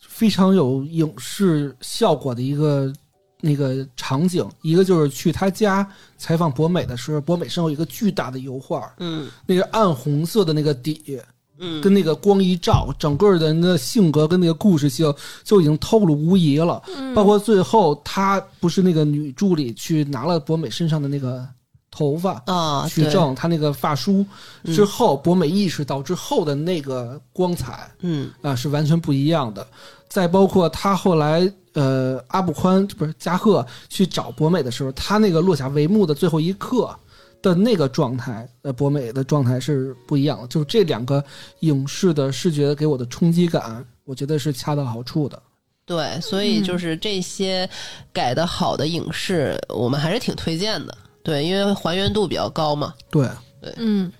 非常有影视效果的一个那个场景，一个就是去他家采访博美的时候，博美身后有一个巨大的油画，嗯那个暗红色的那个底，嗯，跟那个光一照，整个人的性格跟那个故事性就已经透露无遗了。嗯包括最后，他不是那个女助理去拿了博美身上的那个头发，啊取对，证他那个发梳嗯之后，博美意识到之后的那个光彩嗯啊是完全不一样的。再包括他后来呃阿布宽不是加贺去找博美的时候，他那个落下帷幕的最后一刻的那个状态，呃博美的状态是不一样的。就是这两个影视的视觉给我的冲击感，我觉得是恰到好处的。对，所以嗯就是这些改的好的影视，我们还是挺推荐的，对，因为还原度比较高嘛，对，嗯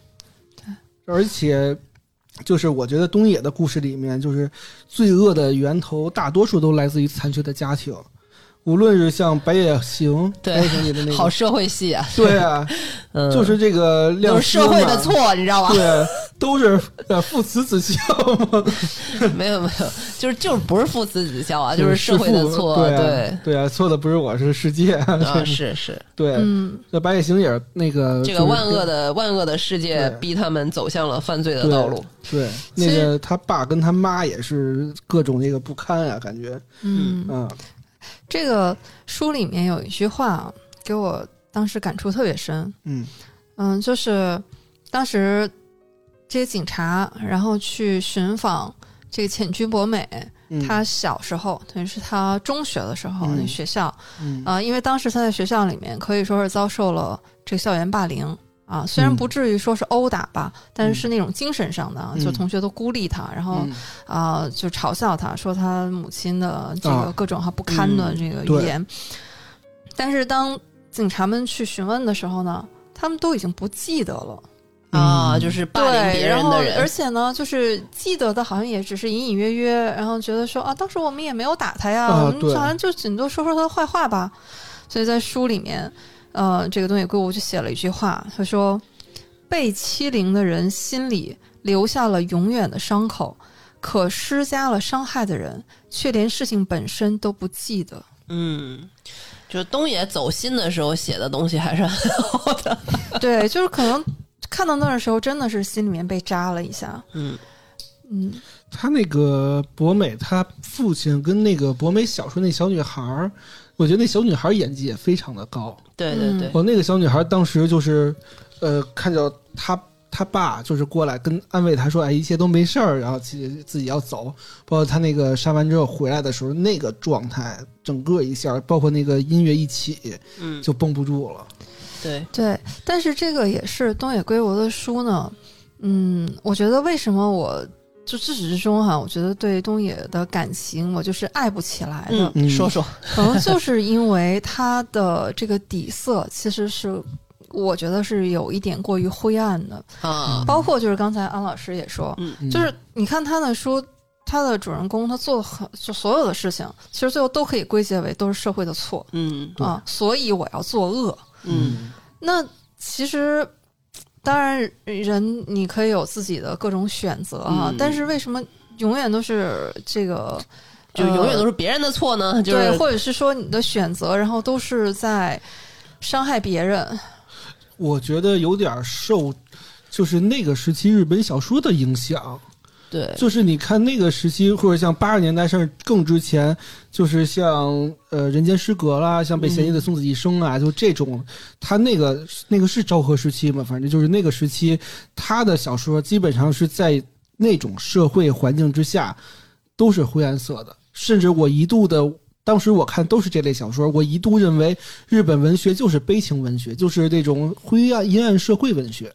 而且就是我觉得东野的故事里面，就是罪恶的源头大多数都来自于残缺的家庭。无论是像白夜行，对白夜行里的那好个，社会系啊，对啊，嗯，就是这个有亮司社会的嘛，错，你知道吗？对， [laughs] 都是呃父慈子孝嘛， [laughs] 没有没有，就是就是不是父慈子孝啊，就就是是社会的弑父错，对啊，对啊，错的不是我，是世界， [laughs] 啊是是，对，嗯，那白夜行也是那个这呃就个是万恶的万恶的世界对逼他们走向了犯罪的道路，对，其那实个他爸跟他妈也是各种那个不堪啊，感觉，嗯，嗯这个书里面有一句话啊，给我当时感触特别深。嗯嗯，就是当时这些警察，然后去寻访这个浅居博美，嗯，他小时候，等于是他中学的时候，嗯那学校嗯哦啊、因为当时他在学校里面可以说是遭受了这个校园霸凌啊，虽然嗯不至于说是殴打吧，但是嗯是那种精神上的啊，嗯就同学都孤立他，然后嗯啊、就嘲笑他，说他母亲的这个啊各种哈不堪的嗯这个对语言。但是当警察们去询问的时候呢，他们都已经不记得了，嗯啊，就是霸凌对，别然人后的而人，且呢，就是记得的好像也只是隐隐约约，然后觉得说啊，当时我们也没有打他呀，啊我们对好像就顶多说说他的坏话吧。所以在书里面，呃，这个东野圭吾就写了一句话，他说：“被欺凌的人心里留下了永远的伤口，可施加了伤害的人却连事情本身都不记得。 [laughs] 嗯。就是东野走心的时候写的东西还是很好的，”对，就是可能看到那儿的时候，真的是心里面被扎了一下。嗯，嗯，他那个博美，他父亲跟那个博美小时候那小女孩儿，我觉得那小女孩儿演技也非常的高。对对对，我哦那个小女孩儿当时就是，呃，看到她她爸就是过来跟安慰她说：“哎，一切都没事儿。”然后自己自己要走，包括她那个杀完之后回来的时候那个状态，整个一下，包括那个音乐一起嗯，就嗯绷不住了。对，对，但是这个也是东野圭吾的书呢。嗯，我觉得为什么我就自始至终哈、我觉得对东野的感情我就是爱不起来的，嗯，说说，可能就是因为他的这个底色其实是。我觉得是有一点过于灰暗的，啊，包括就是刚才安老师也说，嗯嗯就是你看他的书，他的主人公他做的很就所有的事情，其实最后都可以归结为都是社会的错嗯对啊，所以我要作恶，嗯，那其实，当然人你可以有自己的各种选择啊，嗯但是为什么永远都是这个？就永呃远都是、是别人的错呢？就是对，或者是说你的选择，然后都是在伤害别人。我觉得有点受，就是那个时期日本小说的影响。对就是你看那个时期，或者像八十年代甚至更之前，就是像呃《人间失格》啦，像被嫌疑的松子一生啊，就这种，他那个那个是昭和时期嘛，反正就是那个时期，他的小说基本上是在那种社会环境之下都是灰暗色的，甚至我一度的。当时我看都是这类小说，我一度认为日本文学就是悲情文学，就是那种灰暗阴暗社会文学。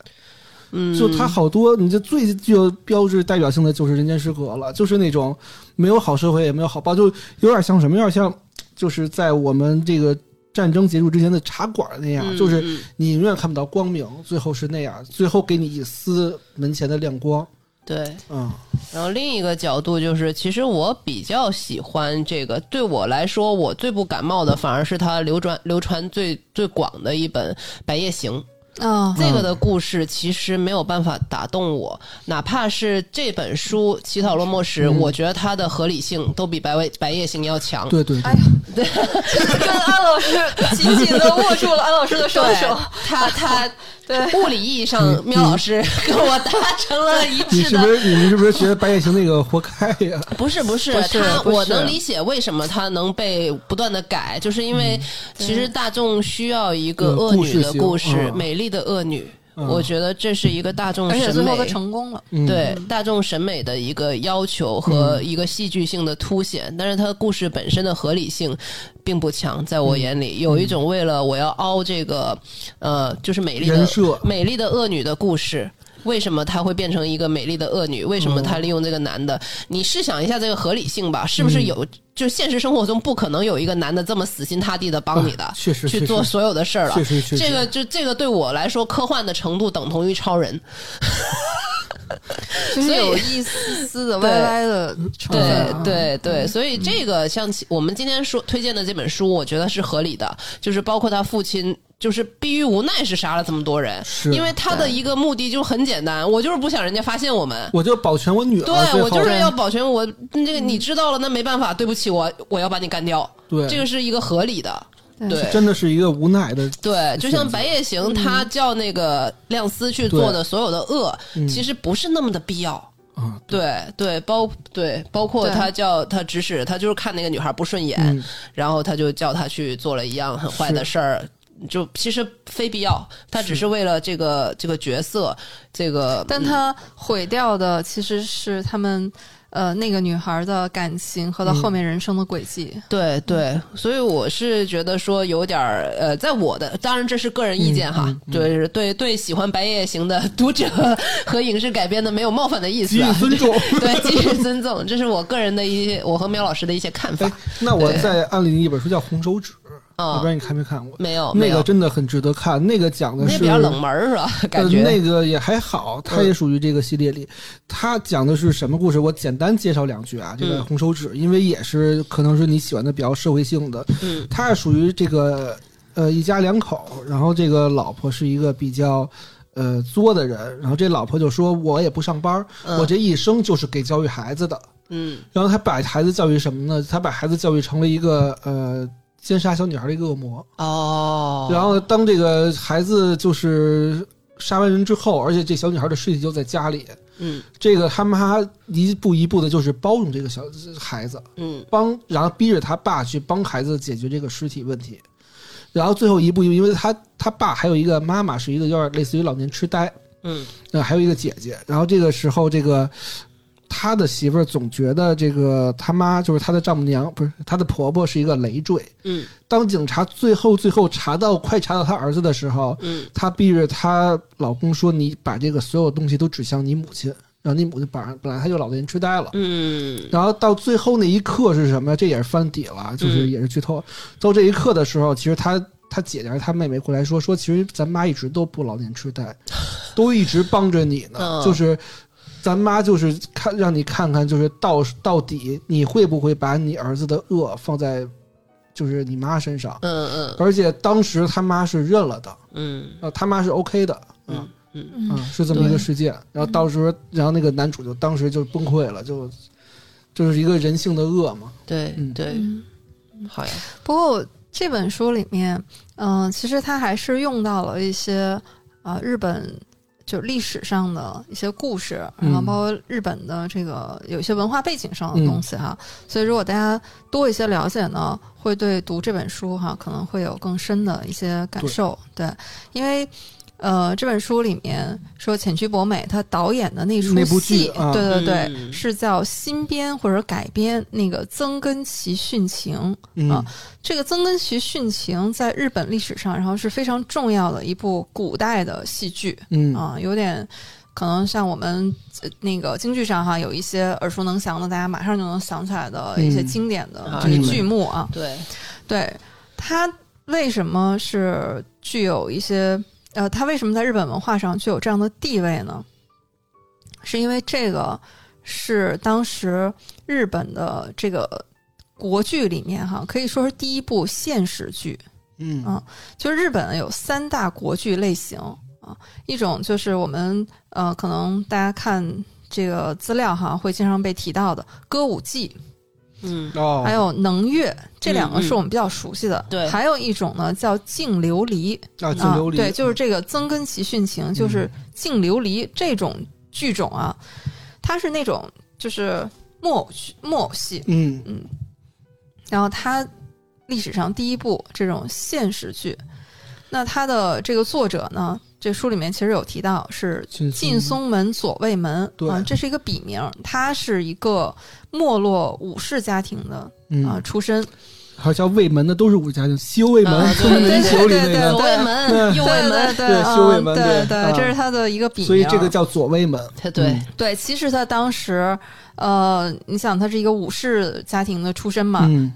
嗯，就它好多，你这最具有标志代表性的就是《人间失格》了，就是那种没有好社会，也没有好报，就有点像什么，有点像就是在我们这个战争结束之前的茶馆那样，嗯就是嗯你永远看不到光明，最后是那样，最后给你一丝门前的亮光。对。嗯然后另一个角度就是，其实我比较喜欢这个，对我来说，我最不感冒的反而是它流传流传最最广的一本《白夜行》。 [laughs] 啊，这个的故事其实没有办法打动我，哪怕是这本书《乞讨落墨时》，嗯我觉得它的合理性都比白《白夜行》要强。对对对哎，呀，跟安老师紧紧的握住了安老师的双手。他 [laughs] 他对，物理意义嗯上，喵老师跟我达成了一致你是的不是你们是不是觉得白夜行那个活该呀？ [laughs] 不是不是，不是他不是我能理解为什么他能被不断的改，就是因为嗯其实大众需要一个嗯恶女的故事性故事，嗯美丽的恶女，嗯我觉得这是一个大众而且审最后美他。成功了。嗯，对大众审美的一个要求和一个戏剧性的凸显，但是它的故事本身的合理性并不强，在我眼嗯里，有一种为了我要凹这个，呃，就是美丽的人设美丽的恶女的故事。为什么她会变成一个美丽的恶女？为什嗯么她利用这个男的？你试想一下这个合理性吧，是不嗯是有？就现实生活中不可能有一个男的这么死心塌地的帮你的，啊确实去确做实所有的事儿了确。实确实这个就这个对我来说，科幻的程度等同于超人。就是所以有一丝丝的歪歪的成嗯分对啊。对对，所以这个像其我们今天说推荐的这本书，我觉得是合理的，就是包括他父亲。就是逼于无奈是杀了这么多人，是因为他的一个目的就很简单，我就是不想人家发现我们，我就保全我女儿，对最我后就是要保全我这个你知道了，那没办法，对不起，我我要把你干掉，嗯对这个是一个合理的，对对，真嗯的是一个无奈的，对，就像《白夜行》，他叫那个亮司去做的所有的恶，嗯其实不是那么的必要。啊，对对，包对包括对他叫他指使他就是看那个女孩不顺眼，嗯然后他就叫她去做了一样很坏的事儿，就其实非必要，他只是为了这个这个角色，这个但他毁掉的其实是他们呃那个女孩的感情和她后面人生的轨迹。对对，所以我是觉得说有点儿呃，在我的当然这是个人意见哈，就是对对喜欢白夜行的读者和影视改编的没有冒犯的意给思、予啊，尊重。对给予尊重，这是我个人的一些我和喵老师的一些看法 [laughs] 哎，那我再案例一本书叫《红手指》，我啊、不知道你看没看过，没有没那个有，真的很值得看，那个讲的那是比较冷门儿是吧？感觉、嗯呃、那个也还好，它也属于这个系列里。它讲的是什么故事？我简单介绍两句啊。这个嗯红手指，因为也是可能是你喜欢的比较社会性的，嗯它是属于这个呃一家两口，然后这个老婆是一个比较。呃，作的人，然后这老婆就说：“我也不上班，嗯我这一生就是给教育孩子的。嗯然后他把孩子教育什么呢？他把孩子教育成了一个呃奸杀小女孩的一个恶魔。哦，然后当这个孩子就是杀完人之后，而且这小女孩的尸体就在家里，嗯这个他妈一步一步的就是包容这个小孩子，嗯帮然后逼着他爸去帮孩子解决这个尸体问题，然后最后一步一步，因为他他爸还有一个妈妈是一个有点类似于老年痴呆，嗯呃，还有一个姐姐，然后这个时候这个。他的媳妇儿总觉得这个他妈就是他的丈母娘，不是他的婆婆是一个累赘。嗯当警察最后最后查到快查到他儿子的时候，嗯她逼着她老公说：“你把这个所有东西都指向你母亲。”然后你母亲本来本来她就老年痴呆了，嗯然后到最后那一刻是什么呀？这也是翻底了，就是嗯也是剧透。到这一刻的时候，其实她她姐姐还是她妹妹过来说说，其实咱妈一直都不老年痴呆，都一直帮着你 [laughs] 呢，嗯就是。咱妈就是看让你看看，就是到到底你会不会把你儿子的恶放在，就是你妈身上嗯？嗯而且当时他妈是认了的，嗯呃，他妈是 OK 的，嗯嗯嗯，啊，嗯，是这么一个事件。然后到时候，然后那个男主就当时就崩溃了，就就是一个人性的恶嘛。对嗯对，嗯好呀，不过这本书里面，嗯、其实它还是用到了一些啊、日本。就历史上的一些故事，嗯然后包括日本的这个有一些文化背景上嗯的东西哈，所以如果大家多一些了解呢，会对读这本书哈可能会有更深的一些感受。对，因为呃这本书里面说浅居博美他导演的那出戏，那部剧啊对对对，嗯是叫新编或者改编那个增根崎殉情，嗯啊这个《曾根崎殉情》在日本历史上，然后是非常重要的一部古代的戏剧嗯啊，有点可能像我们呃那个京剧上哈，有一些耳熟能详的，大家马上就能想起来的一些嗯经典的啊这嗯个剧目啊。对，对它为什么是具有一些呃，它为什么在日本文化上具有这样的地位呢？是因为这个是当时日本的这个国剧里面哈，可以说是第一部现实剧。嗯啊就是日本有三大国剧类型啊，一种就是我们呃，可能大家看这个资料哈，会经常被提到的歌舞伎，嗯哦，还有能乐，这两个嗯是我们比较熟悉的。对还有一种呢叫净琉璃啊，净啊琉璃，嗯对，就是这个增根崎殉情，就是净琉璃这种剧种啊，它是那种就是木偶剧、木偶戏，嗯嗯，然后它历史上第一部这种现实剧，那它的这个作者呢，这书里面其实有提到是劲近松门左卫门对啊，这是一个笔名，他是一个没落武士家庭的啊嗯，出身，还有叫卫门的都是武家的，西欧卫门啊村民对球里那对左个，卫嗯对门、右卫门，对对嗯修卫门对对啊这是他的一个笔名。所以这个叫左卫门。他对嗯对，其实他当时呃，你想他是一个武士家庭的出身嘛，嗯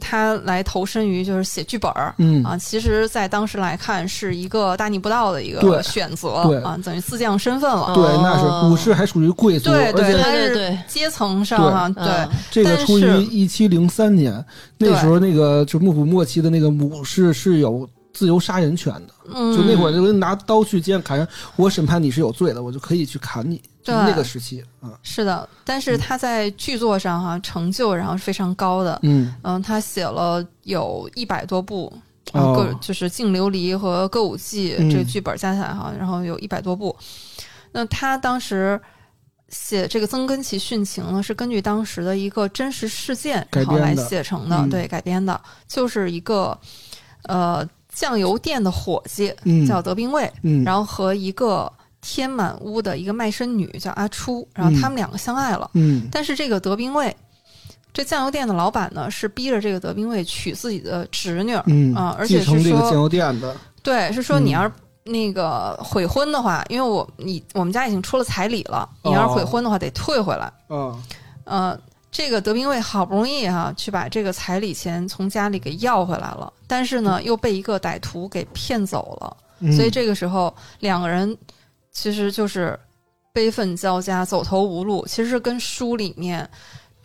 他来投身于就是写剧本儿。嗯啊，其实，在当时来看，是一个大逆不道的一对个选择对啊，等于自降身份了。对，那是哦股市还属于贵族，对而对，且他对对是对阶层上对啊，嗯对，这个但出于是一七零三年，那对时候那个就幕府末期的那个武士是有自由杀人权的，嗯，就那会儿就拿刀去街上砍人，我审判你是有罪的，我就可以去砍你，就对是那个时期啊，是的，但是他在剧作上哈、成就然后是非常高的，嗯，嗯，他写了有一百多部，然后哦各、就是《净琉璃》和《歌舞伎》嗯这个剧本加起来哈，然后有一百多部。那他当时写这个《增根崎殉情》呢，是根据当时的一个真实事件改然后编来的写成的，嗯对，改编的，就是一个呃酱油店的伙计嗯叫德兵卫，嗯，然后和一个天满屋的一个卖身女叫阿初，然后他们两个相爱了。嗯但是这个德兵卫，这酱油店的老板呢，是逼着这个德兵卫娶自己的侄女儿，嗯啊而且继是承这个说酱油店的，对，是说嗯你要是那个悔婚的话，因为我你我们家已经出了彩礼了，哦你要是悔婚的话得退回来。啊，呃，这个德兵卫好不容易哈、去把这个彩礼钱从家里给要回来了，但是呢又被一个歹徒给骗走了。嗯所以这个时候两个人其实就是悲愤交加、走投无路，其实是跟书里面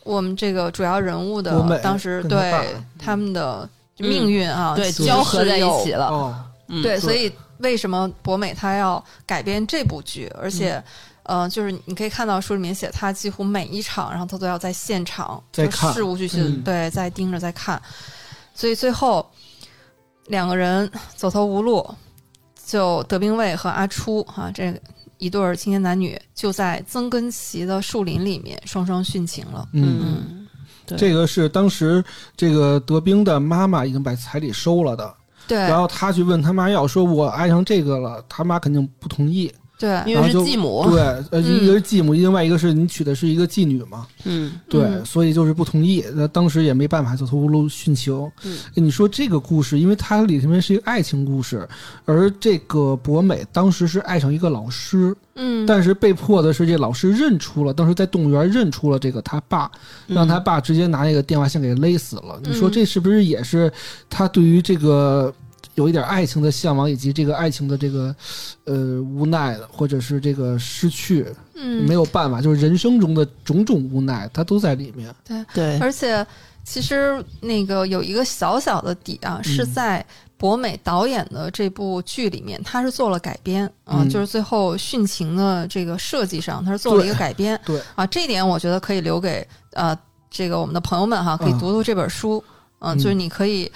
我们这个主要人物多美的当时跟他爸对他们的命运嗯啊，对，其实交合在一是起有。了。哦，嗯对，对所以为什么博美她要改编这部剧，而嗯且。呃，就是你可以看到书里面写，他几乎每一场，然后他都要在现场，在就看事无巨细，嗯对，在盯着在看，所以最后两个人走投无路，就德兵卫和阿初啊，这一对儿青年男女就在增根崎的树林里面双双殉情了。嗯。嗯，对这个是当时这个德兵的妈妈已经把彩礼收了的，对然后他去问他妈要，说我爱上这个了，他妈肯定不同意。对，因为是继母，对，嗯呃，一个是继母，另外一个是你娶的是一个妓女嘛，嗯，对，嗯所以就是不同意。那当时也没办法，走投无路殉情。哎嗯你说这个故事，因为它里面是一个爱情故事，而这个博美当时是爱上一个老师，嗯，但是被迫的是这老师认出了，当时在动物园认出了这个他爸，让他爸直接拿那个电话线给勒死了。你说嗯这是不是也是他对于这个有一点爱情的向往，以及这个爱情的这个呃无奈，或者是这个失去，嗯没，有办法，就是人生中的种种无奈，他都在里面。对，而且其实那个有一个小小的底嗯啊，是在博美导演的这部剧里面，他是做了改编啊，嗯就是最后殉情的这个设计上，他是做了一个改编。对啊，这一点我觉得可以留给呃这个我们的朋友们哈，可以嗯读读这本书，嗯、嗯就是你可以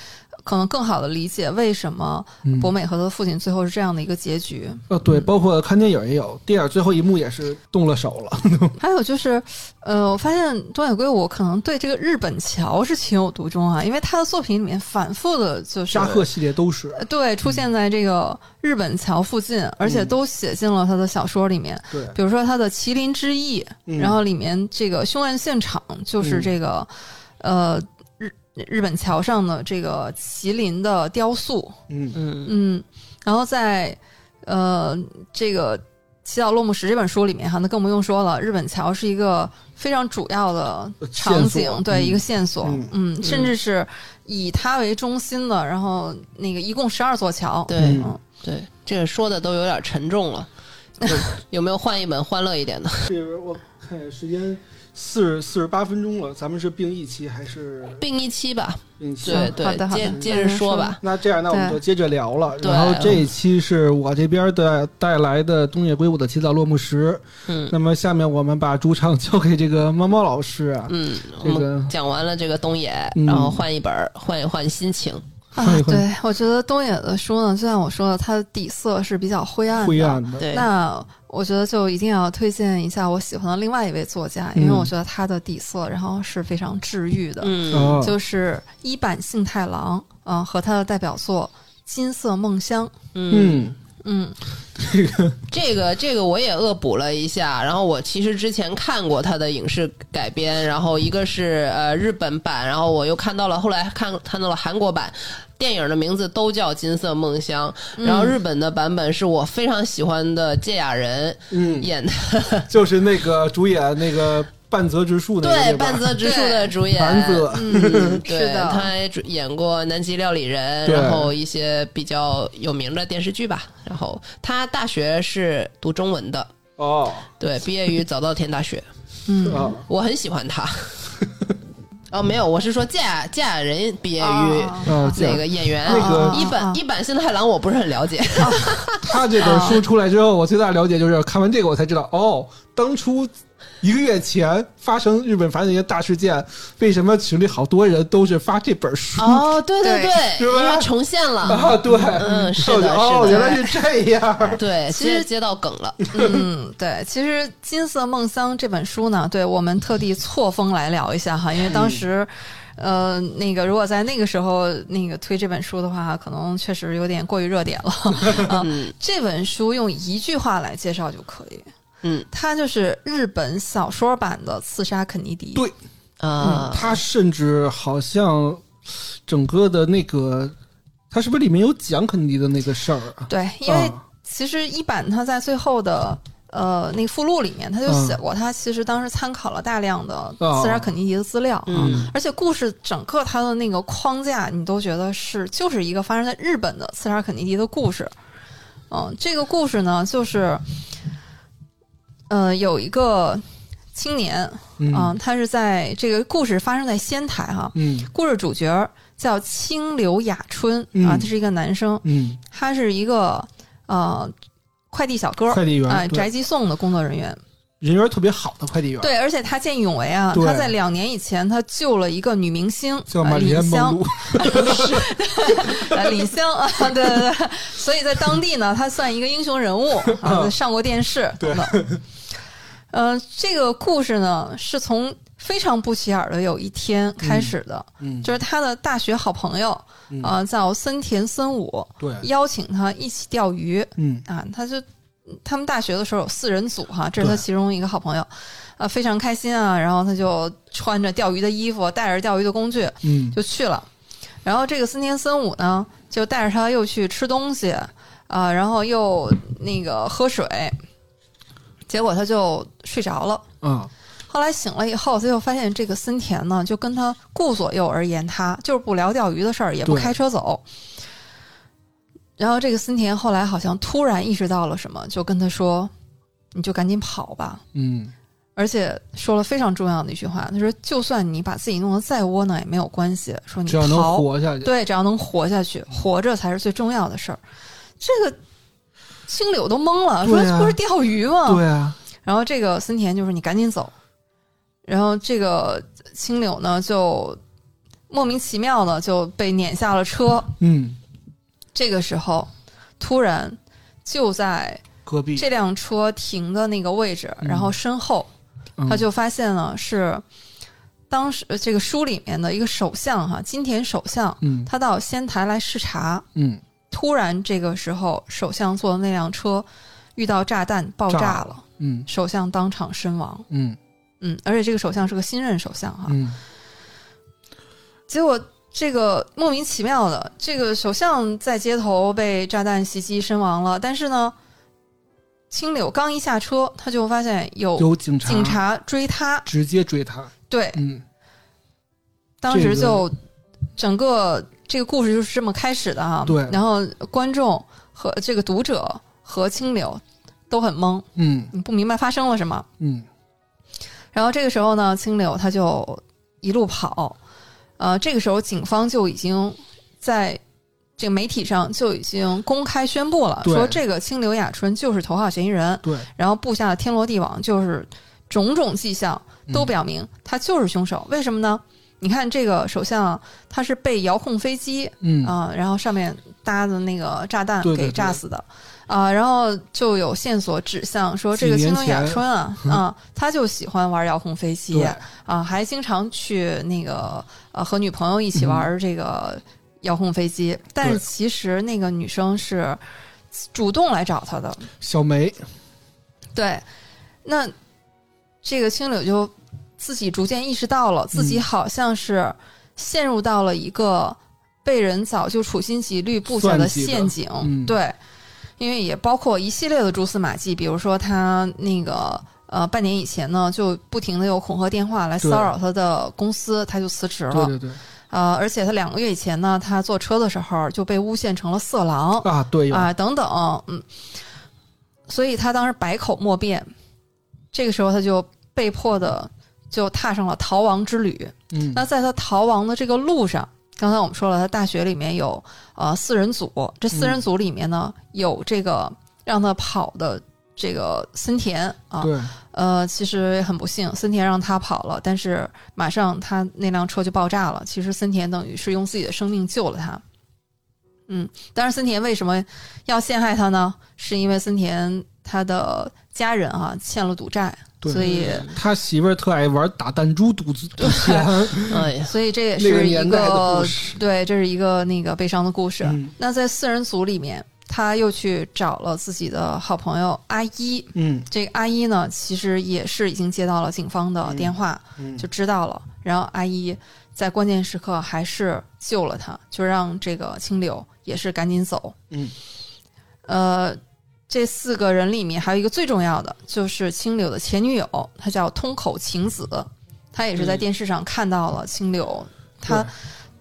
可能更好的理解为什么嗯博美和他的父亲最后是这样的一个结局。呃，对，包括看电影也有，电影最后一幕也是动了手 [laughs] 了。还有就是，呃，我发现中野圭吾可能对这个日本桥是情有独钟啊，因为他的作品里面反复的就是沙贺系列都是，呃对出现在这个日本桥附近，而且都写进了他的小说里面。对，比如说他的《麒麟之翼》，嗯然后里面这个凶案现场就是这个，呃，日日本桥上的这个麒麟的雕塑，嗯嗯嗯，然后在呃这个《祈祷落幕时》这本书里面哈，那更不用说了，日本桥是一个非常主要的场呃线索景，对、嗯一个线索，嗯嗯，甚至是以它为中心的，然后那个一共十二座桥，对嗯对，这个说的都有点沉重了，有没有换一本欢乐一点的？这边我看时间四十四十八分钟了，咱们是并一期还是病一期吧，并一期？对嗯好的对，好接的接着说吧，那这样，那我们对就接着聊了。对然后这一期是我这边的带来的东野圭吾的《起早落幕时》。嗯那么下面我们把主场交给这个猫猫老师啊，嗯，我这们个讲完了这个东野，嗯然后换一本儿，换一换心情，啊换一，换对，我觉得东野的书呢，就像我说的，它的底色是比较灰暗的，灰暗的，对，那我觉得就一定要推荐一下我喜欢的另外一位作家，因为嗯我觉得他的底色，然后是非常治愈的。嗯哦，就是一坂幸太郎，嗯、和他的代表作《金色梦乡》。嗯，嗯，嗯，这个这个这个我也恶补了一下，然后我其实之前看过他的影视改编，然后一个是呃日本版，然后我又看到了后来看看到了韩国版。电影的名字都叫《金色梦乡》，嗯然后日本的版本是我非常喜欢的芥雅人嗯， [laughs] 演的，就是那个主演那个半泽直树那个对，吧半泽直树的主 [laughs] 演，半泽 [laughs] 嗯，是对，的他还主演过《南极料理人》，对然后一些比较有名的电视剧吧。然后他大学是读中文的，哦对，毕业于早稻田大学。 [laughs] 嗯，啊，我很喜欢他。 [laughs] 哦，没有，我是说芥芥人毕业于啊啊这哦那样个演员，哦那个一啊本一本新太郎，我不是很了解。他这本哦书出来之后，我最大的了解就是看完这个，我才知道哦，当初一个月前发生日本发生一个大事件，为什么群里好多人都是发这本书？哦，对对对对，是吧因为重现了，啊，对，嗯是的我就是的哦，原来是 [laughs] 这样，对，其接实接到梗了。嗯，对，其实《金色梦乡》这本书呢，对我们特地错峰来聊一下哈，因为当时，呃，那个如果在那个时候那个推这本书的话，可能确实有点过于热点了。 [laughs] 啊、这本书用一句话来介绍就可以，嗯它就是日本小说版的《刺杀肯尼迪》。对啊，他甚至好像整个的那个，他是不是里面有讲肯尼迪的那个事儿啊？对，因为啊其实一版它在最后的呃那个附录里面，他就写过，他其实当时参考了大量的嗯哦刺杀肯尼迪的资料啊，嗯而且故事整个它的那个框架，你都觉得是就是一个发生在日本的刺杀肯尼迪的故事。嗯、这个故事呢，就是呃有一个青年，嗯嗯、哦他是在这个故事发生在仙台哈、嗯故事主角叫清流雅春嗯啊，他是一个男生，嗯，他是一个呃快递小哥，快递员啊，对宅急送的工作人员。人缘特别好的快递员，对，而且他见义勇为啊，对他在两年以前他救了一个女明星叫呃玛丽李安·湘 [laughs] 梦，露，呃李湘啊，对对对，所以在当地呢，他算一个英雄 [laughs] 人物啊，上过电视等等。呃，这个故事呢，是从非常不起眼儿的有一天开始的，嗯，就是他的大学好朋友，嗯呃，叫森田森武，对，邀请他一起钓鱼，嗯啊，他就他们大学的时候有四人组哈，这是他对其中一个好朋友，啊，非常开心啊，然后他就穿着钓鱼的衣服，带着钓鱼的工具嗯就去了。然后这个森田森武呢，就带着他又去吃东西啊，然后又那个喝水，结果他就睡着了。啊，后来醒了以后，他就发现这个森田呢，就跟他顾左右而言他，就是不聊钓鱼的事儿，也不对开车走。然后这个森田后来好像突然意识到了什么，就跟他说：“你就赶紧跑吧。嗯”而且说了非常重要的一句话，他说：“就算你把自己弄得再窝囊也没有关系，说你只要能逃，活下去，对，只要能活下去，活着才是最重要的事儿。”这个青柳都懵了，说对：“啊这不是钓鱼吗？”对啊，然后这个森田就说：“你赶紧走。”然后这个青柳呢，就莫名其妙的就被撵下了车。嗯，这个时候，突然就在戈壁，这辆车停的那个位置，嗯然后身后嗯他就发现了是当时呃这个书里面的一个首相哈、金田首相，嗯他到仙台来视察。嗯突然这个时候，首相坐的那辆车遇到炸弹爆炸炸了了，嗯首相当场身亡。嗯嗯，而且这个首相是个新任首相哈、嗯结果这个莫名其妙的，这个首相在街头被炸弹袭击身亡了，但是呢，青柳刚一下车，他就发现有有警察，警察追他，直接追他，对，嗯当这时个就整个这个故事就是这么开始的哈。对然后观众和这个读者和青柳都很懵，嗯你不明白发生了什么。嗯然后这个时候呢，青柳他就一路跑，呃，这个时候警方就已经在这个媒体上就已经公开宣布了，对说这个青柳雅春就是头号嫌疑人，对，然后布下的天罗地网，就是种种迹象嗯都表明他就是凶手。为什么呢？你看这个首相啊，他是被遥控飞机嗯啊、然后上面搭的那个炸弹对对给对炸死的，啊、然后就有线索指向说这个几青年龙雅前春 [laughs] 啊，啊、他就喜欢玩遥控飞机对啊、还经常去那个呃和女朋友一起玩这个遥控飞机，但是嗯对其实那个女生是主动来找他的，小梅，对，那这个青柳就自己逐渐意识到了，自己嗯好像是陷入到了一个被人早就处心积虑布下算的计的陷阱。嗯对，因为也包括一系列的蛛丝马迹，比如说他那个呃半年以前呢，就不停的有恐吓电话来骚扰他的公司，他就辞职对了。对对呃，而且他两个月以前呢，他坐车的时候就被诬陷成了 [laughs] 色狼啊，对有啊等等，嗯，所以他当时百口莫辩。这个时候他就被迫的就踏上了逃亡之旅。嗯那在他逃亡的这个路上，刚才我们说了，他大学里面有呃四人组，这四人组里面呢、有这个让他跑的这个森田啊，对呃，其实也很不幸，森田让他跑了，但是马上他那辆车就爆炸了。其实森田等于是用自己的生命救了他。嗯，但是森田为什么要陷害他呢？是因为森田他的家人啊欠了赌债，对，所以他媳妇儿特爱玩打弹珠 [laughs] 赌赌钱，哎呀，所以这也那个是一年代的故事。对，这是一个那个悲伤的故事。嗯那在四人组里面，他又去找了自己的好朋友阿一。嗯这个阿一呢，其实也是已经接到了警方的电话，嗯，就知道了。然后阿一在关键时刻还是救了他，就让这个清流也是赶紧走。嗯，呃，这四个人里面还有一个最重要的，就是清流的前女友，她叫通口晴子，她也是在嗯电视上看到了清流，她对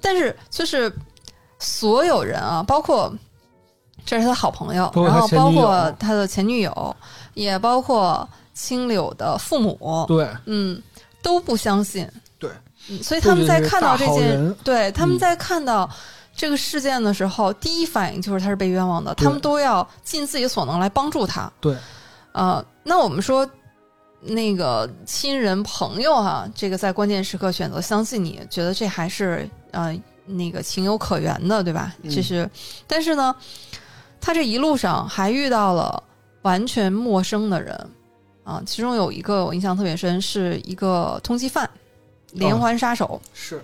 但是就是所有人啊，包括这是他好朋友包，括他然后前包女友括他的前女友，也包括青柳的父母，对嗯，都不相信。对嗯，所以他们在看到这这就是大好件人，对他们嗯在看到这个事件的时候，第一反应就是他是被冤枉的，他们对都要尽自己所能来帮助他。对，啊，那我们说那个亲人朋友哈、这个在关键时刻选择相信你，觉得这还是呃那个情有可原的，对吧？嗯这是，但是呢，他这一路上还遇到了完全陌生的人啊，其中有一个我印象特别深，是一个通缉犯。连环杀手是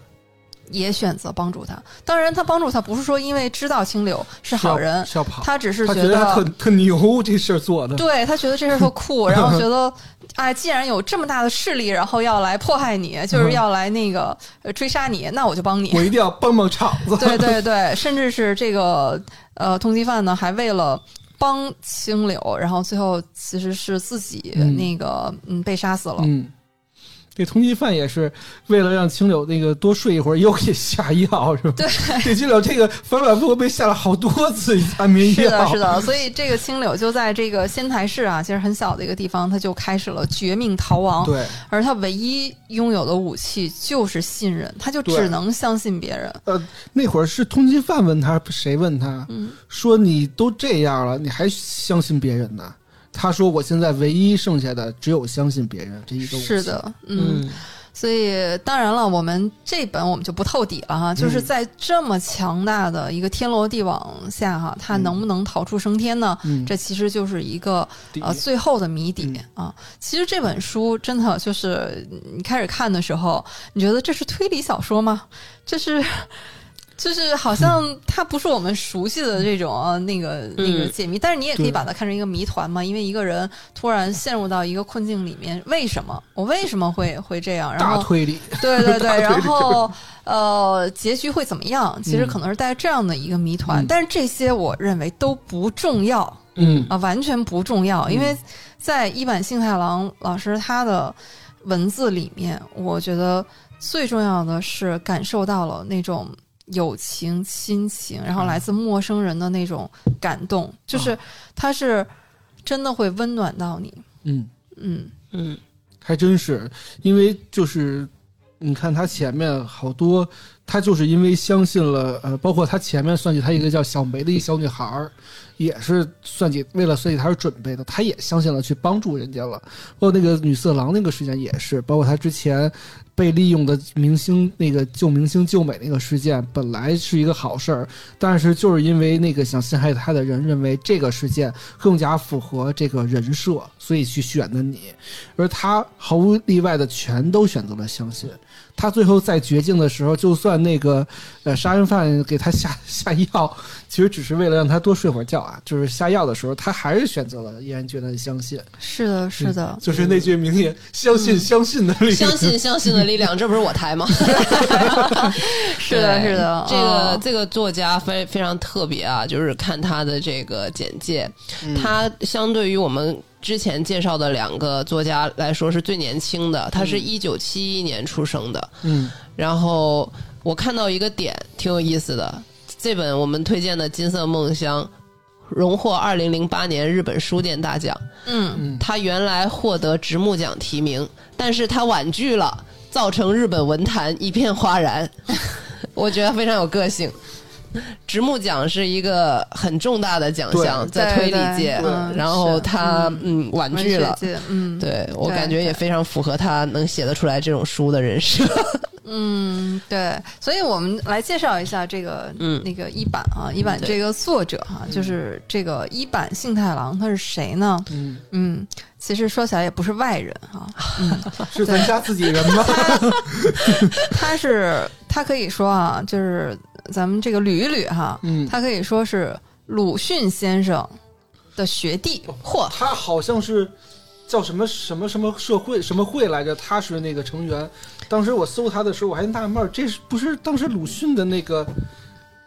也选择帮助他，当然他帮助他不是说因为知道清流是好人，是要跑，他只是他觉觉得他特特牛，这事儿做 [laughs] 的，对他觉得这事儿 [laughs] 特酷，然后觉得哎，既然有这么大的势力，然后要来迫害你，就是要来那个呃追杀你，那我就帮我 [laughs] 你。一定要帮帮场子。 [laughs] 对对对，甚至是这个呃通缉犯呢，还为了。帮清流，然后最后其实是自己嗯那个嗯被杀死了。嗯，这通缉犯也是为了让青柳那个多睡一会儿，又给下药是吧？对， [laughs] 这青柳这个反反复复被下了好多次安眠药。是的，是的。所以这个清流就在这个仙台市啊，其实很小的一个地方，他就开始了绝命逃亡。对，而他唯一拥有的武器就是信任，他就对只能相信别人。呃那会儿是通缉犯问他，谁问他嗯，说你都这样了，你还相信别人呢？他说我现在唯一剩下的只有相信别人这一个武器是，的，嗯，嗯，所以当然了，我们这本我们就不透底了嗯哈，就是在这么强大的一个天罗地网下哈，他能不能逃出升天呢？嗯这其实就是一个第一呃最后的谜底、嗯啊。其实这本书真的就是你开始看的时候，你觉得这是推理小说吗？这是。 [laughs] 就是 [laughs] 好像它不是我们熟悉的这种、啊、那个那个嗯解谜，但是你也可以对把它看成一个谜团嘛，因为一个人突然陷入到一个困境里面，为什么我为什么会会这样？然大后推理，对对 [laughs] 对，大然推理后呃，结局会怎么样？其实嗯可能是带着这样的一个谜团，嗯但是这些我认为都不重要啊、嗯完全不重要，因为嗯在一坂幸太郎老师他的文字里面，我觉得最重要的是感受到了那种。友情、亲情，然后来自陌生人的那种感动，就是他是真的会温暖到你。嗯。嗯，嗯，还真是，因为就是你看他前面好多，他就是因为相信了，呃，包括他前面算计他一个叫小梅的一小女孩儿，也是算计为了算计他是准备的，他也相信了去帮助人家了。包括那个女色狼那个事件也是，包括他之前被利用的明星那个救明星救美那个事件，本来是一个好事儿，但是就是因为那个想陷害他的人认为这个事件更加符合这个人设，所以去选的你。而他毫无例外的全都选择了相信。他最后在绝境的时候，就算那个呃杀人犯给他下 [laughs] 下药，其实只是为了让他多睡会儿觉啊。就是下药的时候，他还是选择了依然觉得相信，是的，是的。嗯就是那句名言：“相信，相信的力量。” [laughs] 相 [laughs] 信相信的力量，这不是我台吗？ [laughs] 是的，对是的，这个嗯这个作家非嗯非常特别啊，就是看他的这个简介，他相对于我们之前介绍的两个作家来说是最年轻的，他嗯是一九七一年出生的。 [laughs] 嗯，然后我看到一个点挺有意思的，这本我们推荐的《金色梦乡》荣获二零零八年日本书店大奖，嗯，他原来获得直木奖提名，但是他婉拒了，造成日本文坛一片哗然。 [laughs] 我觉得非常有个性。直木奖是一个很重大的奖项，对在推理界对，对嗯然后是他嗯婉拒了文学。界，嗯，对我对感觉也非常符合他能写得出来这种书的人设。嗯，对，所以我们来介绍一下这个，嗯那个一坂啊，一坂对这个作者哈、就是这个一坂幸太郎，他是谁呢？嗯，嗯，其实说起来也不是外人啊 [laughs] 哈、是咱家自己人吗？他是他可以说啊，就是咱们这个捋一捋哈、 [laughs] 嗯，他可以说是鲁迅先生的学弟，哦嚯，他好像是叫什么什么什么社会什么会来着，他是那个成员。当时我搜他的时候，我还纳闷儿，这是不是当时鲁迅的那个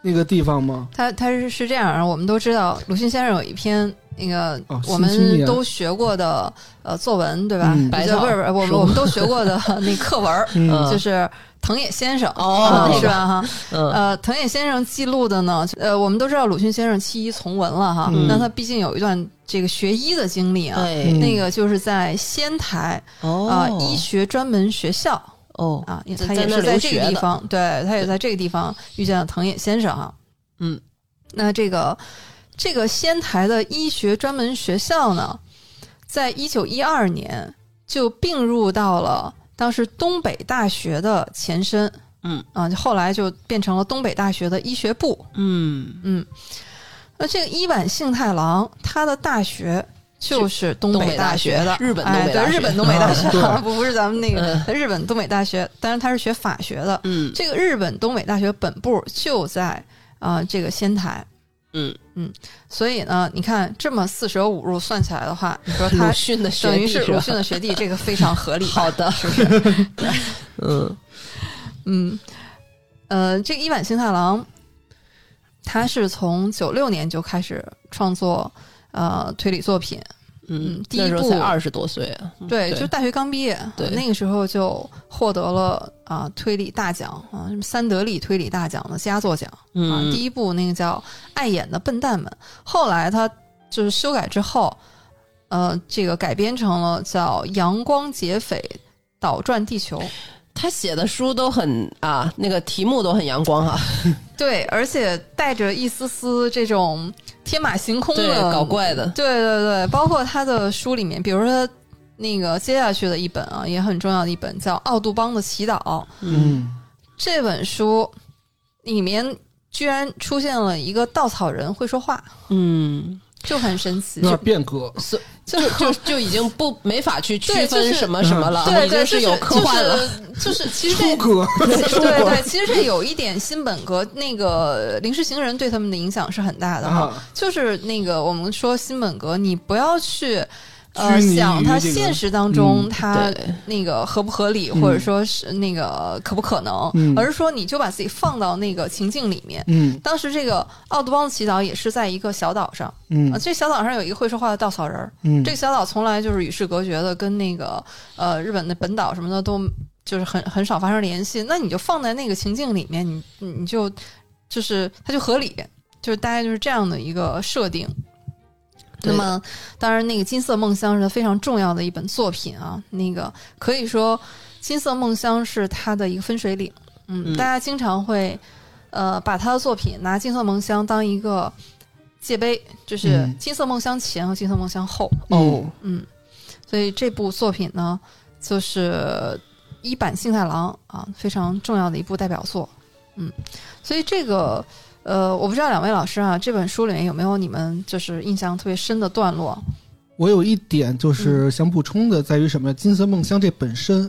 那个地方吗？他他是是这样啊，我们都知道鲁迅先生有一篇那个哦我新青们年都学过的呃作文对吧？嗯不是白草不是不是我们书我们都学过的那课文儿， [laughs] 嗯嗯就是藤野先生哦嗯是吧哈？嗯呃，藤野先生记录的呢，呃，我们都知道鲁迅先生弃医从文了哈，嗯那他毕竟有一段这个学医的经历啊。对那个就是在仙台啊、嗯哦医学专门学校，哦啊，在他在也那留是在这学个地的方，对他也在这个地方遇见了藤野先生啊。嗯，那这个这个仙台的医学专门学校呢，在一九一二年就并入到了当时东北大学的前身。嗯啊，就后来就变成了东北大学的医学部。嗯嗯，那这个伊坂幸太郎他的大学就是东东北大大学的日本东哎北大对学日本东北 [laughs] 大学，啊对不不是咱们那个、呃日本东北大学，当然他是学法学的。嗯这个日本东北大学本部就在啊、呃这个仙台，嗯，所以呢，你看这么四舍五入算起来的话，[laughs] 你说鲁他迅的学等于弟是吧鲁迅的学弟，这个非常合理。好的，是不是？ [laughs] 嗯嗯，呃，这个伊坂幸太郎，他是从九六年就开始创作呃推理作品，嗯嗯，第一那时候才部二十多岁啊，对，对就大学刚毕业，对那个时候就获得了啊、推理大奖啊、什么三得利推理大奖的佳作奖啊、嗯第一部那个叫《碍眼的笨蛋们》，后来他就是修改之后，呃，这个改编成了叫《阳光劫匪倒转地球》。他写的书都很啊，那个题目都很阳光哈、 [laughs] 对，而且带着一丝丝这种天马行空对，的搞，怪的，对对对，包括他的书里面，比如说他那个接下去的一本啊，也很重要的一本叫《奥杜邦的祈祷》嗯，这本书里面居然出现了一个稻草人会说话，嗯，就很神奇有，点变革。所就就就就已经不没法去区对就分是什么什啊么了，对对，已经就是有科幻了，，就是就是其实出这格，对啊对，其实这有一点新本格那个临时行人对他们的影响是很大的哈， [laughs] 啊就是那个我们说新本格，你不要去。呃，拘泥于想它这个现实当中嗯它对那个合不合理，嗯或者说是那个可不可能，嗯而是说你就把自己放到那个情境里面。嗯当时这个奥杜邦的祈祷也是在一个小岛上，啊、嗯这小岛上有一个会说话的稻草人儿，嗯，这个小岛从来就是与世隔绝的，跟那个呃日本的本岛什么的都就是很很少发生联系。那你就放在那个情境里面，你你你就就是它就合理，就是大概就是这样的一个设定。对那么，当然，那个《金色梦乡》是他非常重要的一本作品啊。那个可以说，《金色梦乡》是他的一个分水岭。嗯，嗯大家经常会呃把他的作品拿《金色梦乡》当一个界碑，就是嗯《金色梦乡前》和《金色梦乡后》。哦，嗯，所以这部作品呢，就是一坂幸太郎啊非常重要的一部代表作。嗯，所以这个呃，我不知道两位老师啊，这本书里面有没有你们就是印象特别深的段落？我有一点就是想补充的，在于什么？《金色梦乡》这本身，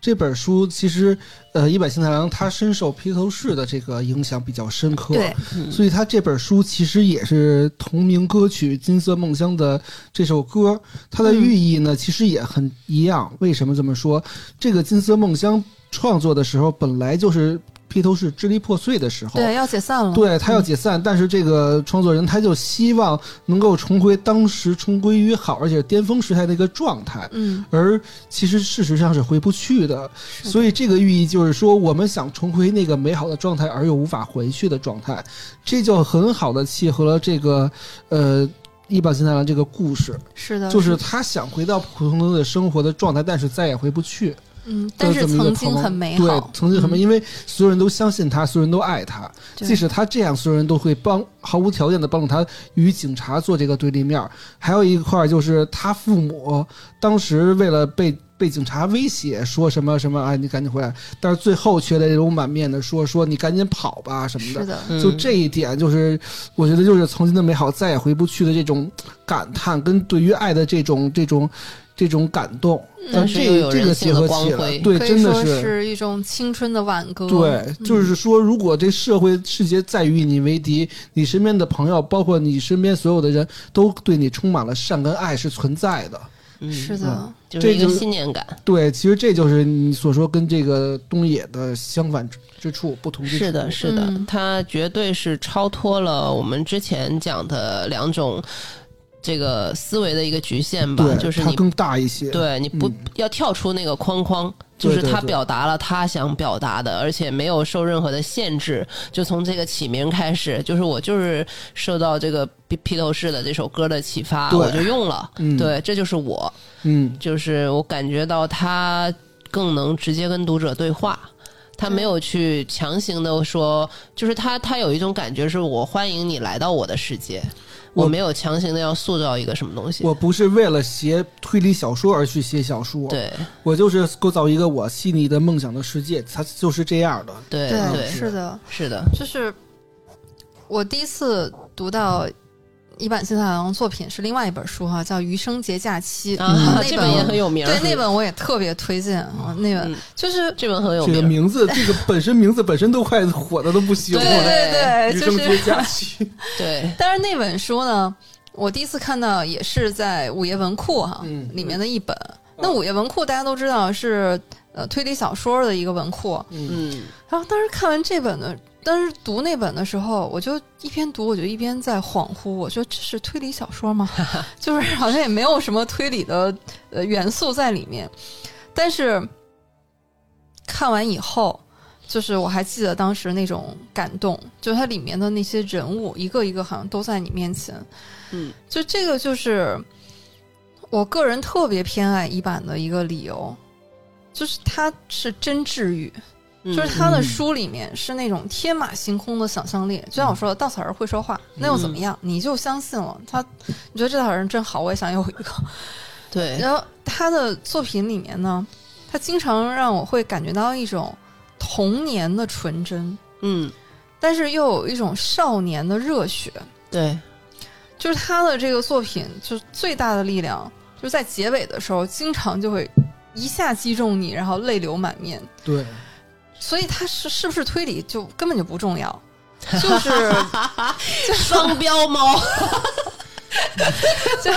这本书其实，呃，伊坂幸太郎他深受披头士的这个影响比较深刻，，对，所以他这本书其实也是同名歌曲《金色梦乡》的这首歌，它的寓意呢其实也很一样。为什么这么说？这个《金色梦乡》创作的时候本来就是披头士支离破碎的时候，对，要解散了。对他要解散，但是这个创作人他就希望能够重回当时重归于好，而且巅峰时代的一个状态。嗯，而其实事实上是回不去的，的所以这个寓意就是说，我们想重回那个美好的状态，而又无法回去的状态，这就很好的契合了这个呃一把金太郎这个故事，呃是的，就是他想回到普通的生活的状态，但是再也回不去。嗯，但就是这么一个曾泡经沫很美对好，，曾经很美，嗯因为所有人都相信他，所有人都爱他，对即使他这样，所有人都会帮，毫无条件的帮助他与警察做这个对立面儿。还有一块儿就是他父母当时为了被被警察威胁，说什么什么，哎，你赶紧回来，但是最后却泪流满面的说说你赶紧跑吧什么是的。的，嗯就这一点，就是我觉得就是曾经的美好再也回不去的这种感叹，跟对于爱的这种这种这种感动，但但嗯是又这有这个人结性的合光起来，辉嗯对，可真以的说一种青春的挽歌。对，就是说，如果这社会世界再与你为敌，你身边的朋友，包括你身边所有的人都对你充满了善跟爱，是存在的。嗯是的，就是一这个就是信念感。对，其实这就是你所说跟这个东野的相反之之处，不同之处。是的，是的嗯，它绝对是超脱了我们之前讲的两种这个思维的一个局限吧，对，就是它你更大一些。对你不、嗯要跳出那个框框，就对是对他对表达了他想表达的，而且没有受任何的限制。就从这个起名开始，就是我就是受到这个披披头士的这首歌的启发，对我就用了。嗯对，这就是我，嗯，就是我感觉到他更能直接跟读者对话。他没有去强行的说，就是他，他有一种感觉，是我欢迎你来到我的世界，我我没有强行的要塑造一个什么东西。我不是为了写推理小说而去写小说，对我就是构造一个我悉尼的梦想的世界，它就是这样的。对对对，是的，是的，就是我第一次读到伊坂幸太郎的作品是另外一本书哈、叫《余生节假期》嗯嗯啊，那这本也很有名儿，对那本我也特别推荐啊，那本、嗯就是这本很有这个名儿。名字，这个本身名字本身都快火的都不行对了。对余对，就生节是。假 [laughs] 期，对，但是那本书呢，我第一次看到也是在午夜文库哈、嗯啊里面的一本。那午夜文库大家都知道是呃推理小说的一个文库，嗯，嗯，然后当时看完这本的，当时读那本的时候，我就一边读，我就一边在恍惚，我说这是推理小说吗？就是好像也没有什么推理的呃元素在里面。但是看完以后，就是我还记得当时那种感动，就是它里面的那些人物一个一个好像都在你面前，嗯，就这个就是我个人特别偏爱一版的一个理由，就是它是真治愈。嗯就是他的书里面是那种天马行空的想象力，嗯就像我说的，稻草人会说话，那又怎么样？你就相信了他，你觉得这稻草人真好，我也想有一个。 [laughs] 对，然后他的作品里面呢，他经常让我会感觉到一种童年的纯真，嗯，但是又有一种少年的热血。对， [laughs] 就是他的这个作品，就是最大的力量，就是在结尾的时候，经常就会一下击中你，然后泪流满面。对，所以他是是不是推理就根本就不 [laughs] 重要，就是双标 [laughs] 猫就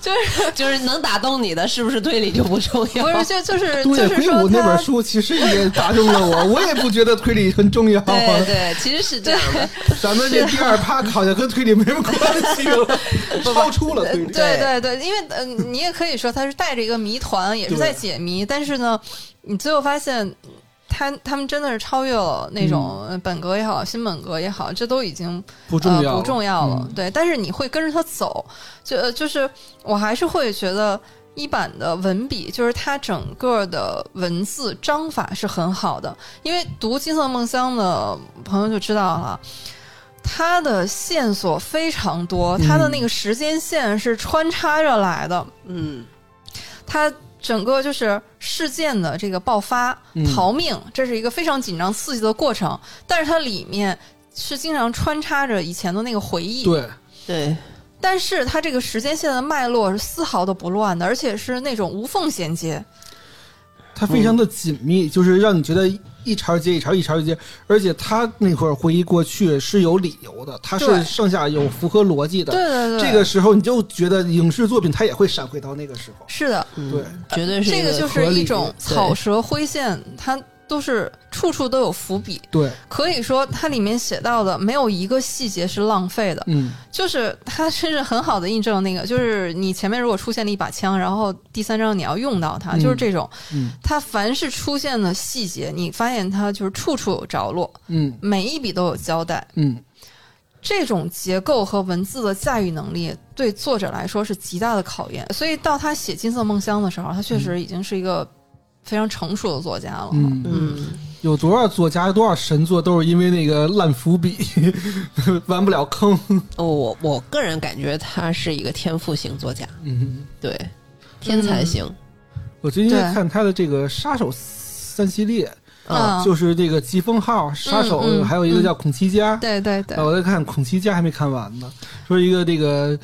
就是就是能打动你的，是不是推理就不重要？不 [laughs] 是就就是东野就是圭说吾那他本书其实也打动了我，我也不觉得推理很重要啊。[laughs] 对对， [laughs] 其实是这样的，咱们这第二趴好像跟推理没什么关系 [laughs] 了，超出了推理。呃对对对，因为呃，你也可以说他是带着一个谜团，也是对在解谜，但是呢，你最后发现。他他们真的是超越了那嗯种呃本格也好，新本格也好，这都已经不重要了呃、不重要了。嗯对，但是你会跟着他走，就呃就是我还是会觉得一版的文笔，就是它整个的文字章法是很好的。因为读《金色梦乡》的朋友就知道了，它的线索非常多，嗯它的那个时间线是穿插着来的， [laughs] 嗯，它。整个就是事件的这个爆发、嗯逃命，这是一个非常紧张刺激的过程，但是它里面是经常穿插着以前的那个回忆，对，对，但是它这个时间线的脉络是丝毫的不乱的，而且是那种无缝衔接。它非常的紧密，就是让你觉得一茬接一茬，一茬接，而且它那会儿回忆过去是有理由的，它对是上下有符合逻辑的。对对对，这个时候你就觉得影视作品它也会闪回到那个时候。是的，嗯对，绝对是这一个就合是理一种对草蛇灰线，它都是处处都有伏笔，对，可以说它里面写到的没有一个细节是浪费的，嗯，就是它甚至很好的印证那个，就是你前面如果出现了一把枪，然后第三章你要用到它，嗯就是这种，嗯它凡是出现的细节，你发现它就是处处有着落，嗯每一笔都有交代。嗯，这种结构和文字的驾驭能力，对作者来说是极大的考验。所以到他写《金色梦乡》的时候，他确实已经是一个非常成熟的作家了。嗯嗯有多少作家，多少神作都是因为那个烂伏笔， [laughs] 完不了坑。哦我我个人感觉他是一个天赋型作家，嗯，对，天才型。我最近对看他的这个《杀手三系列》，嗯，啊就是这个疾风号、杀手，嗯嗯还有一个叫孔七家。对对对啊，，我在看《孔七家》还没看完呢，说一个这个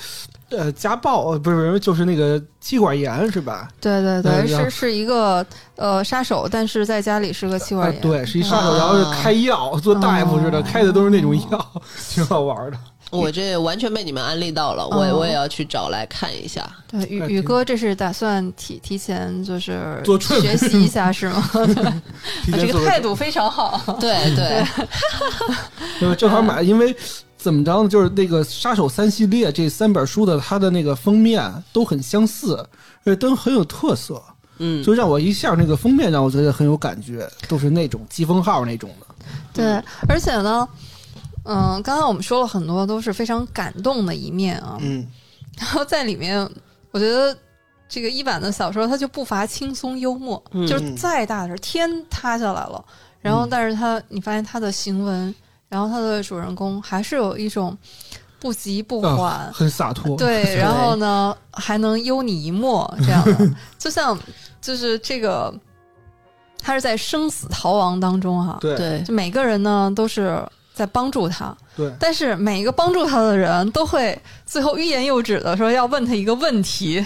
呃家暴，呃不是不是，就是那个气管炎是吧？对对呃对，然后是是一个呃杀手，但是在家里是个气啊管，炎。对，是一杀手，啊然后是开药，做大夫似的，哦啊开的都是那种药， [laughs] 挺好玩的。我这完全被你们安利到了，我哦我也要去找来看一下。对，哎宇宇挺哥这是打算提提前就是做准备学习一下是吗？ [laughs] 提前这做嗯个态度非常好。对对，对，正好嗯买，因为怎么着呢，就是那个《杀手三》系列这三本书的它的那个封面都很相似，而且都很有特色，嗯，就让我一下那个封面让我觉得很有感觉，都是那种机锋号那种的。 [laughs] 对，而且呢，嗯、刚才我们说了很多都是非常感动的一面啊，嗯然后在里面，我觉得这个一版的小说它就不乏轻松幽默，嗯就是再大的事儿天塌下来了，然后嗯但是它你发现它的行文，然后它的主人公还是有一种不急不缓。啊，很洒脱。 [laughs] 对，然后呢，还能幽你一默这样的， [laughs] 就像就是这个，他是在生死逃亡当中哈、对对就每个人呢都是在帮助他，对但是每一个帮助他的人都会最后欲言又止的说要问他一个问题，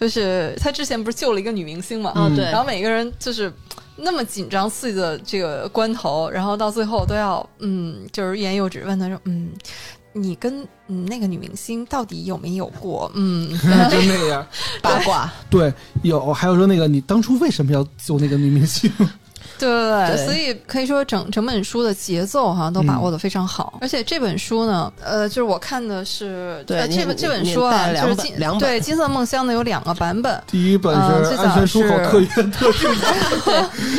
就是他之前不是救了一个女明星嘛，哦对然后每个人就是那么紧张刺激的这个关头，然后到最后都要嗯，就是欲言又止，问他说嗯。你跟嗯那个女明星到底有没有过？嗯，就那样。八卦，对，有还有说那个你当初为什么要救那个女明星？对对对对，所以可以说整整本书的节奏哈、都嗯把握的非常好、而且这本书呢，呃，就是我看的是对呃、你这本你这本你书带了啊，就两是本金两本对《金色梦乡》呢有两个版本， [laughs] 第一本嗯是最早安全出口是特约特制，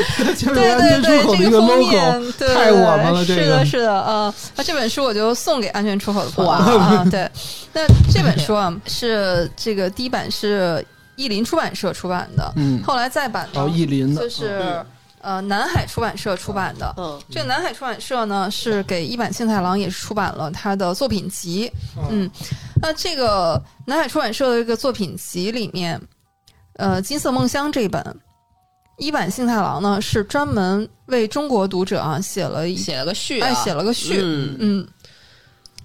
[laughs] 对，前面对安全对出口对，的这一个封 logo，面对太我们了对这个是的，是的，呃，那这本书我就送给安全出口的朋友哇啊。 [laughs] 对，那这本书啊是这个第一版是译林出版社出版的，嗯，后来再版呢哦，意林的，就是嗯呃南海出版社出版 [laughs] 的。嗯这个南海出版社呢，是给一坂幸太郎也是出版了他的作品集。嗯，那这个南海出版社的这个作品集里面，呃，《金色梦乡》这一本，一坂幸太郎呢是专门为中国读者啊写了一写了个序啊，哎写了个序，嗯嗯，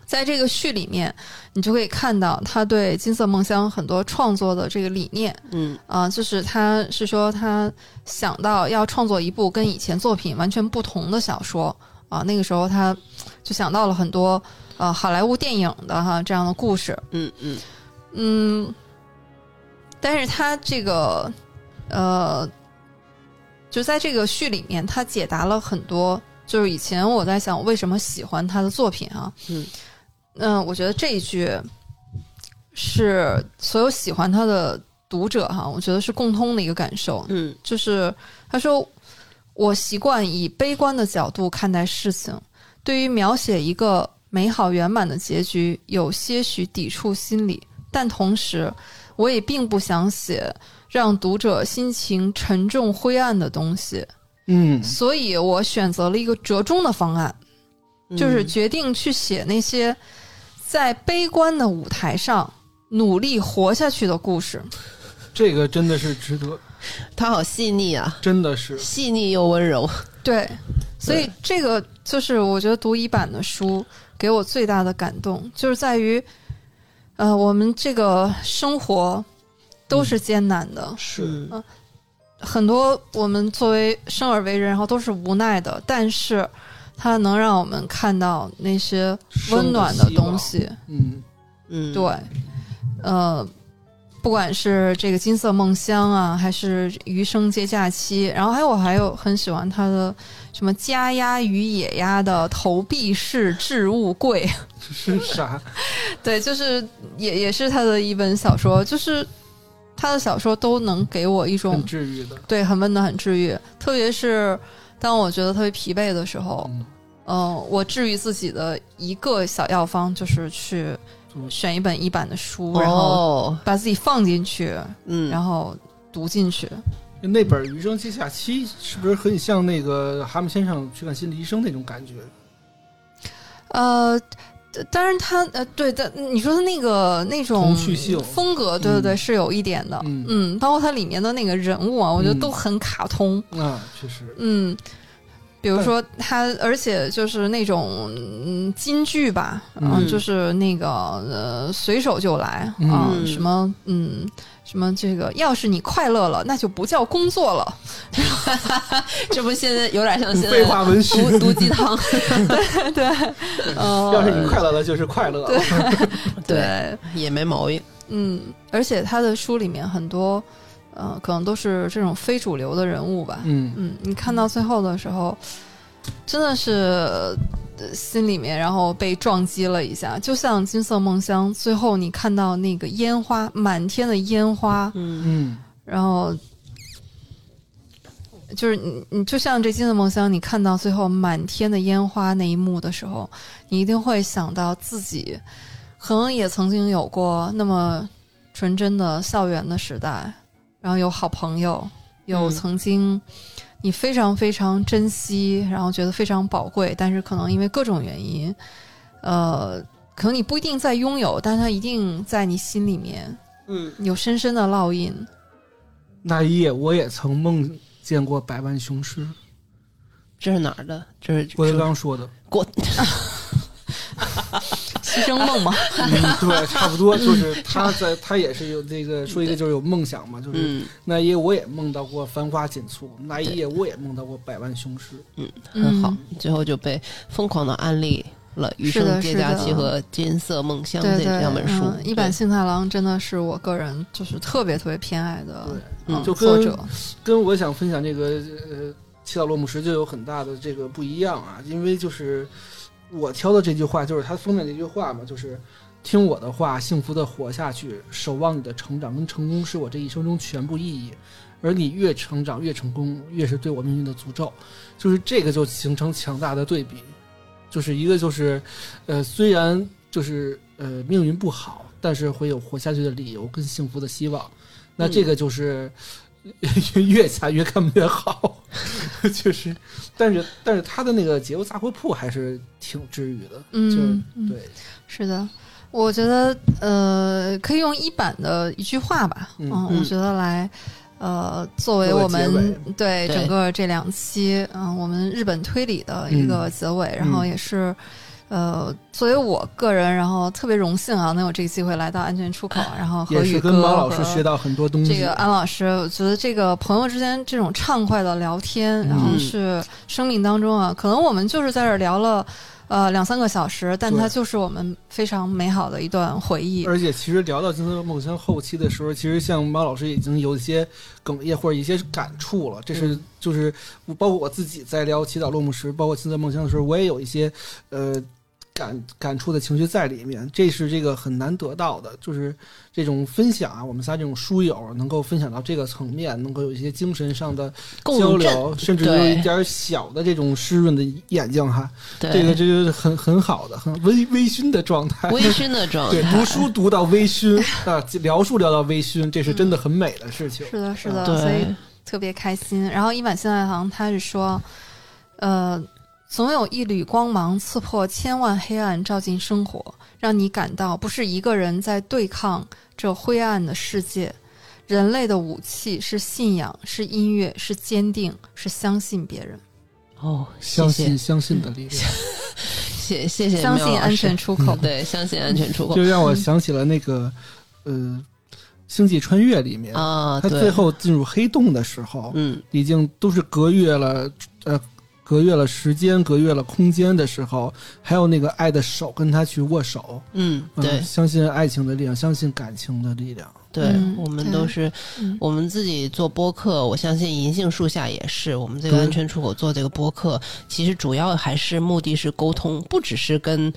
在这个序里面，你就可以看到他对《金色梦乡》很多创作的这个理念。嗯啊、就是他是说他想到要创作一部跟以前作品完全不同的小说啊、那个时候他就想到了很多呃好莱坞电影的哈这样的故事，嗯嗯，嗯，但是他这个呃，就在这个序里面，他解答了很多，就是以前我在想我为什么喜欢他的作品啊，嗯，嗯、我觉得这一句是所有喜欢他的读者哈、我觉得是共通的一个感受，嗯就是他说我习惯以悲观的角度看待事情，对于描写一个美好圆满的结局有些许抵触心理，但同时我也并不想写让读者心情沉重灰暗的东西，嗯所以我选择了一个折中的方案，嗯，就是决定去写那些在悲观的舞台上努力活下去的故事。这个真的是值得，他好细腻啊，真的是，细腻又温柔。对，所以这个就是我觉得读一版的书给我最大的感动，就是在于，呃，我们这个生活都是艰难的，是嗯很多我们作为生而为人，然后都是无奈的，但是它能让我们看到那些温暖的东西。嗯，嗯，对，呃，不管是这个《金色梦乡》啊，还是《余生皆假期》，然后还有我还有很喜欢他的什么《家鸭与野鸭的投币式置物柜》， [laughs] 是啥？对，就是也也是他的一本小说，就是他的小说都能给我一种很治愈的。对很温暖、很治愈，特别是当我觉得特别疲惫的时候，嗯，嗯，我治愈自己的一个小药方就是去选一本一版的书，然后哦，把自己放进去，嗯，然后读进去。那本《余生皆假期》是不是很像那个蛤蟆先生去看心理医生那种感觉？呃，当然他呃，对的，你说的那个那种童趣性风格，对对对，嗯是有一点的。嗯嗯，包括它里面的那个人物啊，我觉得嗯都很卡通。啊，确实，嗯，比如说他，而且就是那种嗯金句吧，嗯啊就是那个呃随手就来啊、嗯什么嗯什么这个，要是你快乐了，那就不叫工作了。 [laughs] 这不现在有点像现在废话文学。毒毒鸡汤，对，呃， [laughs] [laughs] 要是你快乐了，就是快乐。对对，对， [laughs] 也没毛病。嗯，而且他的书里面很多，呃，可能都是这种非主流的人物吧，嗯，嗯，你看到最后的时候，真的是呃心里面然后被撞击了一下，就像《金色梦乡》最后你看到那个烟花，满天的烟花，嗯嗯，然后就是你你就像这《金色梦乡》，你看到最后满天的烟花那一幕的时候，你一定会想到自己可能也曾经有过那么纯真的校园的时代，然后有好朋友，有嗯曾经你非常非常珍惜，然后觉得非常宝贵，但是可能因为各种原因，呃，可能你不一定在拥有，但它一定在你心里面嗯，有深深的烙印。那一夜我也曾梦见过百万雄师，这是哪儿的？这是郭德纲说的。 [laughs] 郭牺牲梦嘛，嗯，对， [laughs] 差不多就是他在，他也是有这个说一个就是有梦想嘛，就是嗯那一夜我也梦到过繁花锦簇，那一夜我也梦到过百万雄师。很好，最后就被疯狂的安利了《余是的生皆是假的期》和《金色梦乡》 [laughs] 对这对，两本书嗯。一版幸太郎真的是我个人就是特别特别偏爱的对，嗯就作跟者。跟我想分享这个呃七岛落幕时就有很大的这个不一样啊，因为就是我挑的这句话就是他封面的一句话嘛，就是听我的话，幸福的活下去，守望你的成长跟成功是我这一生中全部意义。而你越成长越成功，越是对我命运的诅咒，就是这个就形成强大的对比，就是一个就是，呃，虽然就是呃命运不好，但是会有活下去的理由跟幸福的希望，那这个就是、 [laughs] 越越下越看越好， [laughs] 确实。但是但是他的那个解忧杂货铺还是挺治愈的，嗯，就嗯对，是的，我觉得呃，可以用一版的一句话吧，嗯嗯我觉得来。呃，作为作为我们结对对整个这两期，嗯、我们日本推理的嗯一个结尾，然后也是，呃，作为我个人，然后特别荣幸啊，能有这个机会来到安全出口，然后嗯和哎也宇是哥跟毛老师和学到很多东西。这个安老师，我觉得这个朋友之间这种畅快的聊天，嗯然后是生命当中啊，可能我们就是在这儿聊了呃两三个小时，但它对就是我们非常美好的一段回忆。而且其实聊到《金色梦乡》后期的时候，其实像毛老师已经有一些哽咽或者一些感触了。这是嗯就是我包括我自己在聊《祈祷落幕时》，包括《金色梦乡》的时候，我也有一些呃感感触的情绪在里面。这是这个很难得到的，就是这种分享啊，我们仨这种书友能够分享到这个层面，能够有一些精神上的交共振，流，甚至有一点小的这种湿润的眼睛哈。对这 [laughs] 个这就是很很好的，很微微醺的状态。微醺的状对，态读。书读到微醺 [laughs] 啊，聊书聊到微醺，这是真的很美的事情。嗯是的，是的，所以对，特别开心。然后一晚现在好像他是说，呃，总有一缕光芒刺破千万黑暗，照进生活，让你感到不是一个人在对抗这灰暗的世界。人类的武器是信仰，是音乐，是坚定，是相信别人，哦，谢相谢信相信的力量，谢谢谢相妙老信师安全嗯出口。对，相信安全出口就让我想起了那个呃，《星际穿越》里面，啊，他对，最后进入黑洞的时候，嗯已经都是隔越了呃隔越了时间、隔越了空间的时候，还有那个爱的手跟他去握手。嗯，嗯对相信爱情的力量，相信感情的力量。对，嗯我们对都是嗯我们自己做播客，我相信银杏树下也是，我们这个对安全出口做这个播客，其实主要还是目的是沟通，不只是跟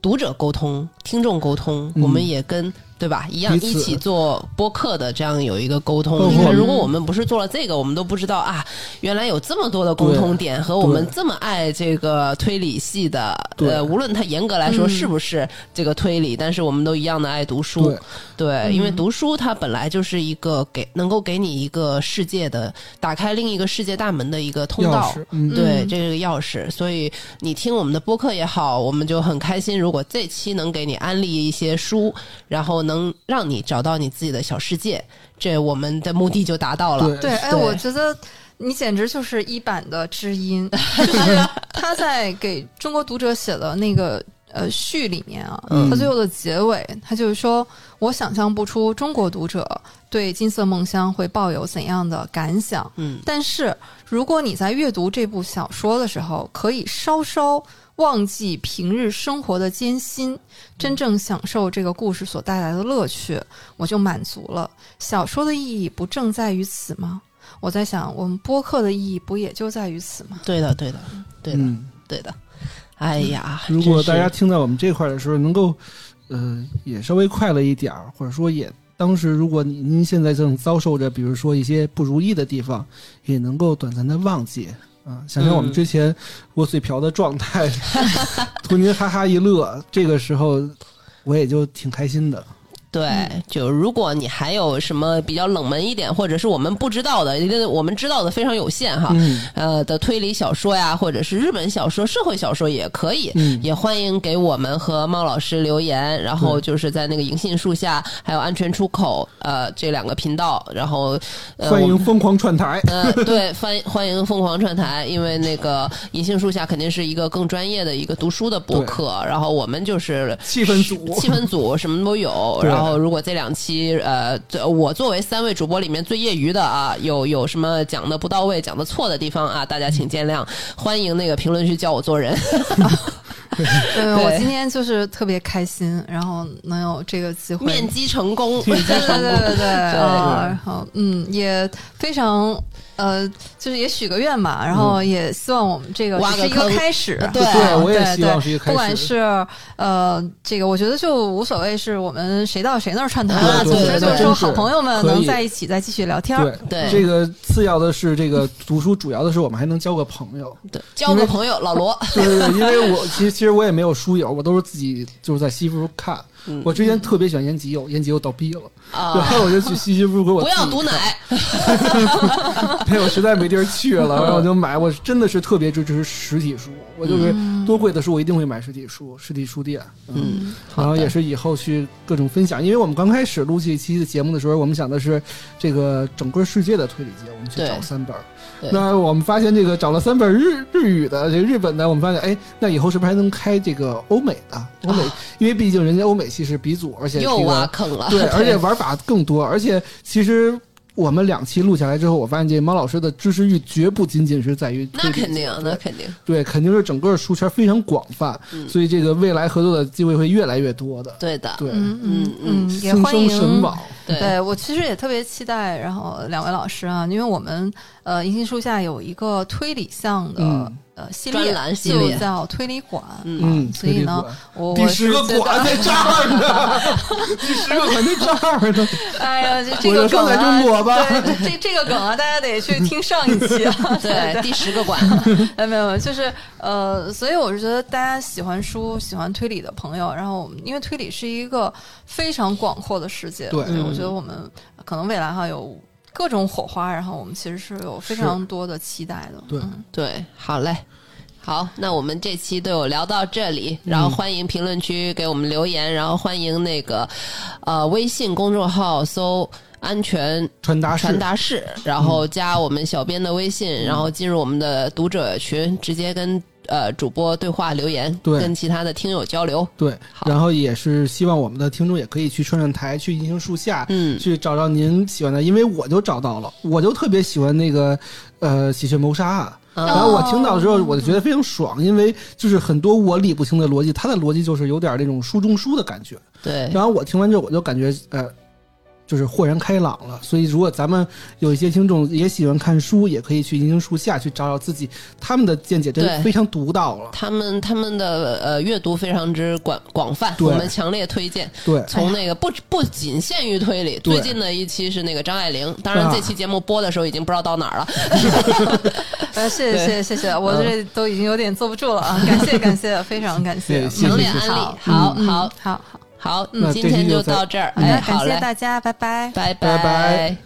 读者沟通、听众沟通，嗯我们也跟。对吧？一样彼一此起做播客的，这样有一个沟包通。括你看，我们如果我们不是做了这个，我们都不知道啊，原来有这么多的共对通点和我们对这么爱这个推理系的。对呃，无论它严格来说嗯是不是这个推理，但是我们都一样的爱读书。对，对，嗯因为读书它本来就是一个给能够给你一个世界的打开另一个世界大门的一个通钥道。匙，嗯，对，嗯这是个钥匙，所以你听我们的播客也好，我们就很开心。如果这期能给你安利一些书，然后能让你找到你自己的小世界，这我们的目的就达到了。对对，哎，对我觉得你简直就是一版的知 [laughs] 音，就是他在给中国读者写的那个呃序里面啊，嗯他最后的结尾，他就是说我想象不出中国读者对《金色梦乡》会抱有怎样的感想。嗯，但是，如果你在阅读这部小说的时候，可以稍稍忘记平日生活的艰辛，真正享受这个故事所带来的乐趣，我就满足了。小说的意义不正在于此吗？我在想，我们播客的意义不也就在于此吗？对的，对的，对的，嗯，对的。哎呀，如果真是大家听到我们这块儿的时候，能够，呃，也稍微快乐一点儿，或者说也当时，如果您您现在正遭受着，比如说一些不如意的地方，也能够短暂的忘记啊，想想我们嗯之前窝碎瓢的 [laughs] 状态，图您哈哈一乐，这个时候我也就挺开心的。对，就如果你还有什么比较冷门一点，或者是我们不知道的，因为我们知道的非常有限哈，嗯呃的推理小说呀，或者是日本小说、社会小说也可以。嗯，也欢迎给我们和猫老师留言，然后就是在那个银杏树下，还有安全出口，呃，这两个频道，然后呃，欢我迎们疯狂串台。 [laughs] 呃，对，欢欢迎疯狂串台，因为那个银杏树下肯定是一个更专业的一个读书的博客，然后我们就是气氛组气氛组什么都有。 [laughs] 对然后如果这两期呃，这我作为三位主播里面最业余的啊，有有什么讲的不到位、讲的错的地方啊，大家请见谅。欢迎那个评论区教我做 [laughs] 人。对 [laughs] 对我今天就是特别开心，然后能有这个机会，面基成功，对对对对对，啊，对然后嗯，也非常呃，就是也许个愿吧，然后也希望我们这个嗯挖只个是一个坑开始， [laughs] 对对我也啊对希望是一个开不管始。是呃，这个我觉得就无所谓，是我们谁到谁那儿串台啊了，对总之对就是对说真是好朋友们可能以在一起再继续聊天儿对对，这个次要的是这个读书，主要的是我们还能交个朋友。对交个朋友，老罗，对对对，因为我其实其实我也没有书友，我都是自己就是在西服看。嗯我之前特别喜欢延吉友，延吉友倒闭了，然啊，后我就去西西弗给我不要自己毒奶， [laughs] 对，哎我实在没地儿去 [laughs] 了，然后我就买。我真的是特别支持实体书，我就是多贵的书我一定会买实体书，实体书店。嗯，然好后的也是以后去各种分享，因为我们刚开始录这一期的节目的时候，我们想的是这个整个世界的推理界，我们去对找三本儿对。那我们发现这个找了三本日日语的，这日本的，我们发现哎，那以后是不是还能开这个欧美的？欧啊美，因为毕竟人家欧美系是鼻祖，而且又这个挖坑了， [laughs] 对，[laughs] 而且玩法更多，而且其实。我们两期录下来之后，我发现这猫老师的知识欲绝不仅仅是在于推那理肯定，对那肯定，对，肯定是整个书圈非常广泛，嗯所以这个未来合作的机会会越来越多的。对的，对，嗯嗯嗯嗯，也心欢生迎神往。对对我其实也特别期待，然后两位老师啊，因为我们呃银杏树下有一个推理向的、嗯呃系专列，栏系列就叫推理馆。嗯，。嗯，所以呢我第我十是个觉馆得，在这儿 [laughs] 呢，第十个馆在这儿呢。哎呀，这这我就个说梗在啊，中国吧对这这个梗啊，大家得去听上一期、啊 [laughs] [laughs] [laughs] 对，第十个馆，哎，没有，没有就是呃，所以我是觉得大家喜欢书、喜欢推理的朋友，然后我们因为推理是一个非常广阔的世界，对我嗯觉得我们可能未来哈有各种火花，然后我们其实是有非常多的期待的。 [laughs] 对嗯对，好嘞。好，那我们这期都有聊到这里，嗯然后欢迎评论区给我们留言，然后欢迎那个呃微信公众号搜“安全传达室传，达室”，然后加我们小编的微信，嗯然后进入我们的读者群，直接跟呃主播对话留言，对跟其他的听友交流。对，好然后也是希望我们的听众也可以去串串台，去银杏树下，嗯，去找到您喜欢的，因为我就找到了，我就特别喜欢那个呃《喜鹊谋杀案》嗯然后我听到之后，我就觉得非常爽，因为就是很多我理不清的逻辑，他的逻辑就是有点那种书中书的感觉。对，然后我听完之后，我就感觉呃，就是豁然开朗了。所以，如果咱们有一些听众也喜欢看书，也可以去银杏树下去找找自己他们的见解，真对的非常独到了。他们他们的呃阅读非常之广广泛，对我们强烈推荐。对，从那个不不仅限于推理，哎对最近的一期是那个张爱玲，当然啊这期节目播的时候已经不知道到哪儿了。呃，谢谢谢谢谢谢，我这嗯都已经有点坐不住了啊！感谢感谢，非常感谢对，谢谢强烈安利，好好嗯好好好，好，嗯那今天这期就到在嗯这儿，好的哎，感好嘞谢，大家，拜拜。拜拜拜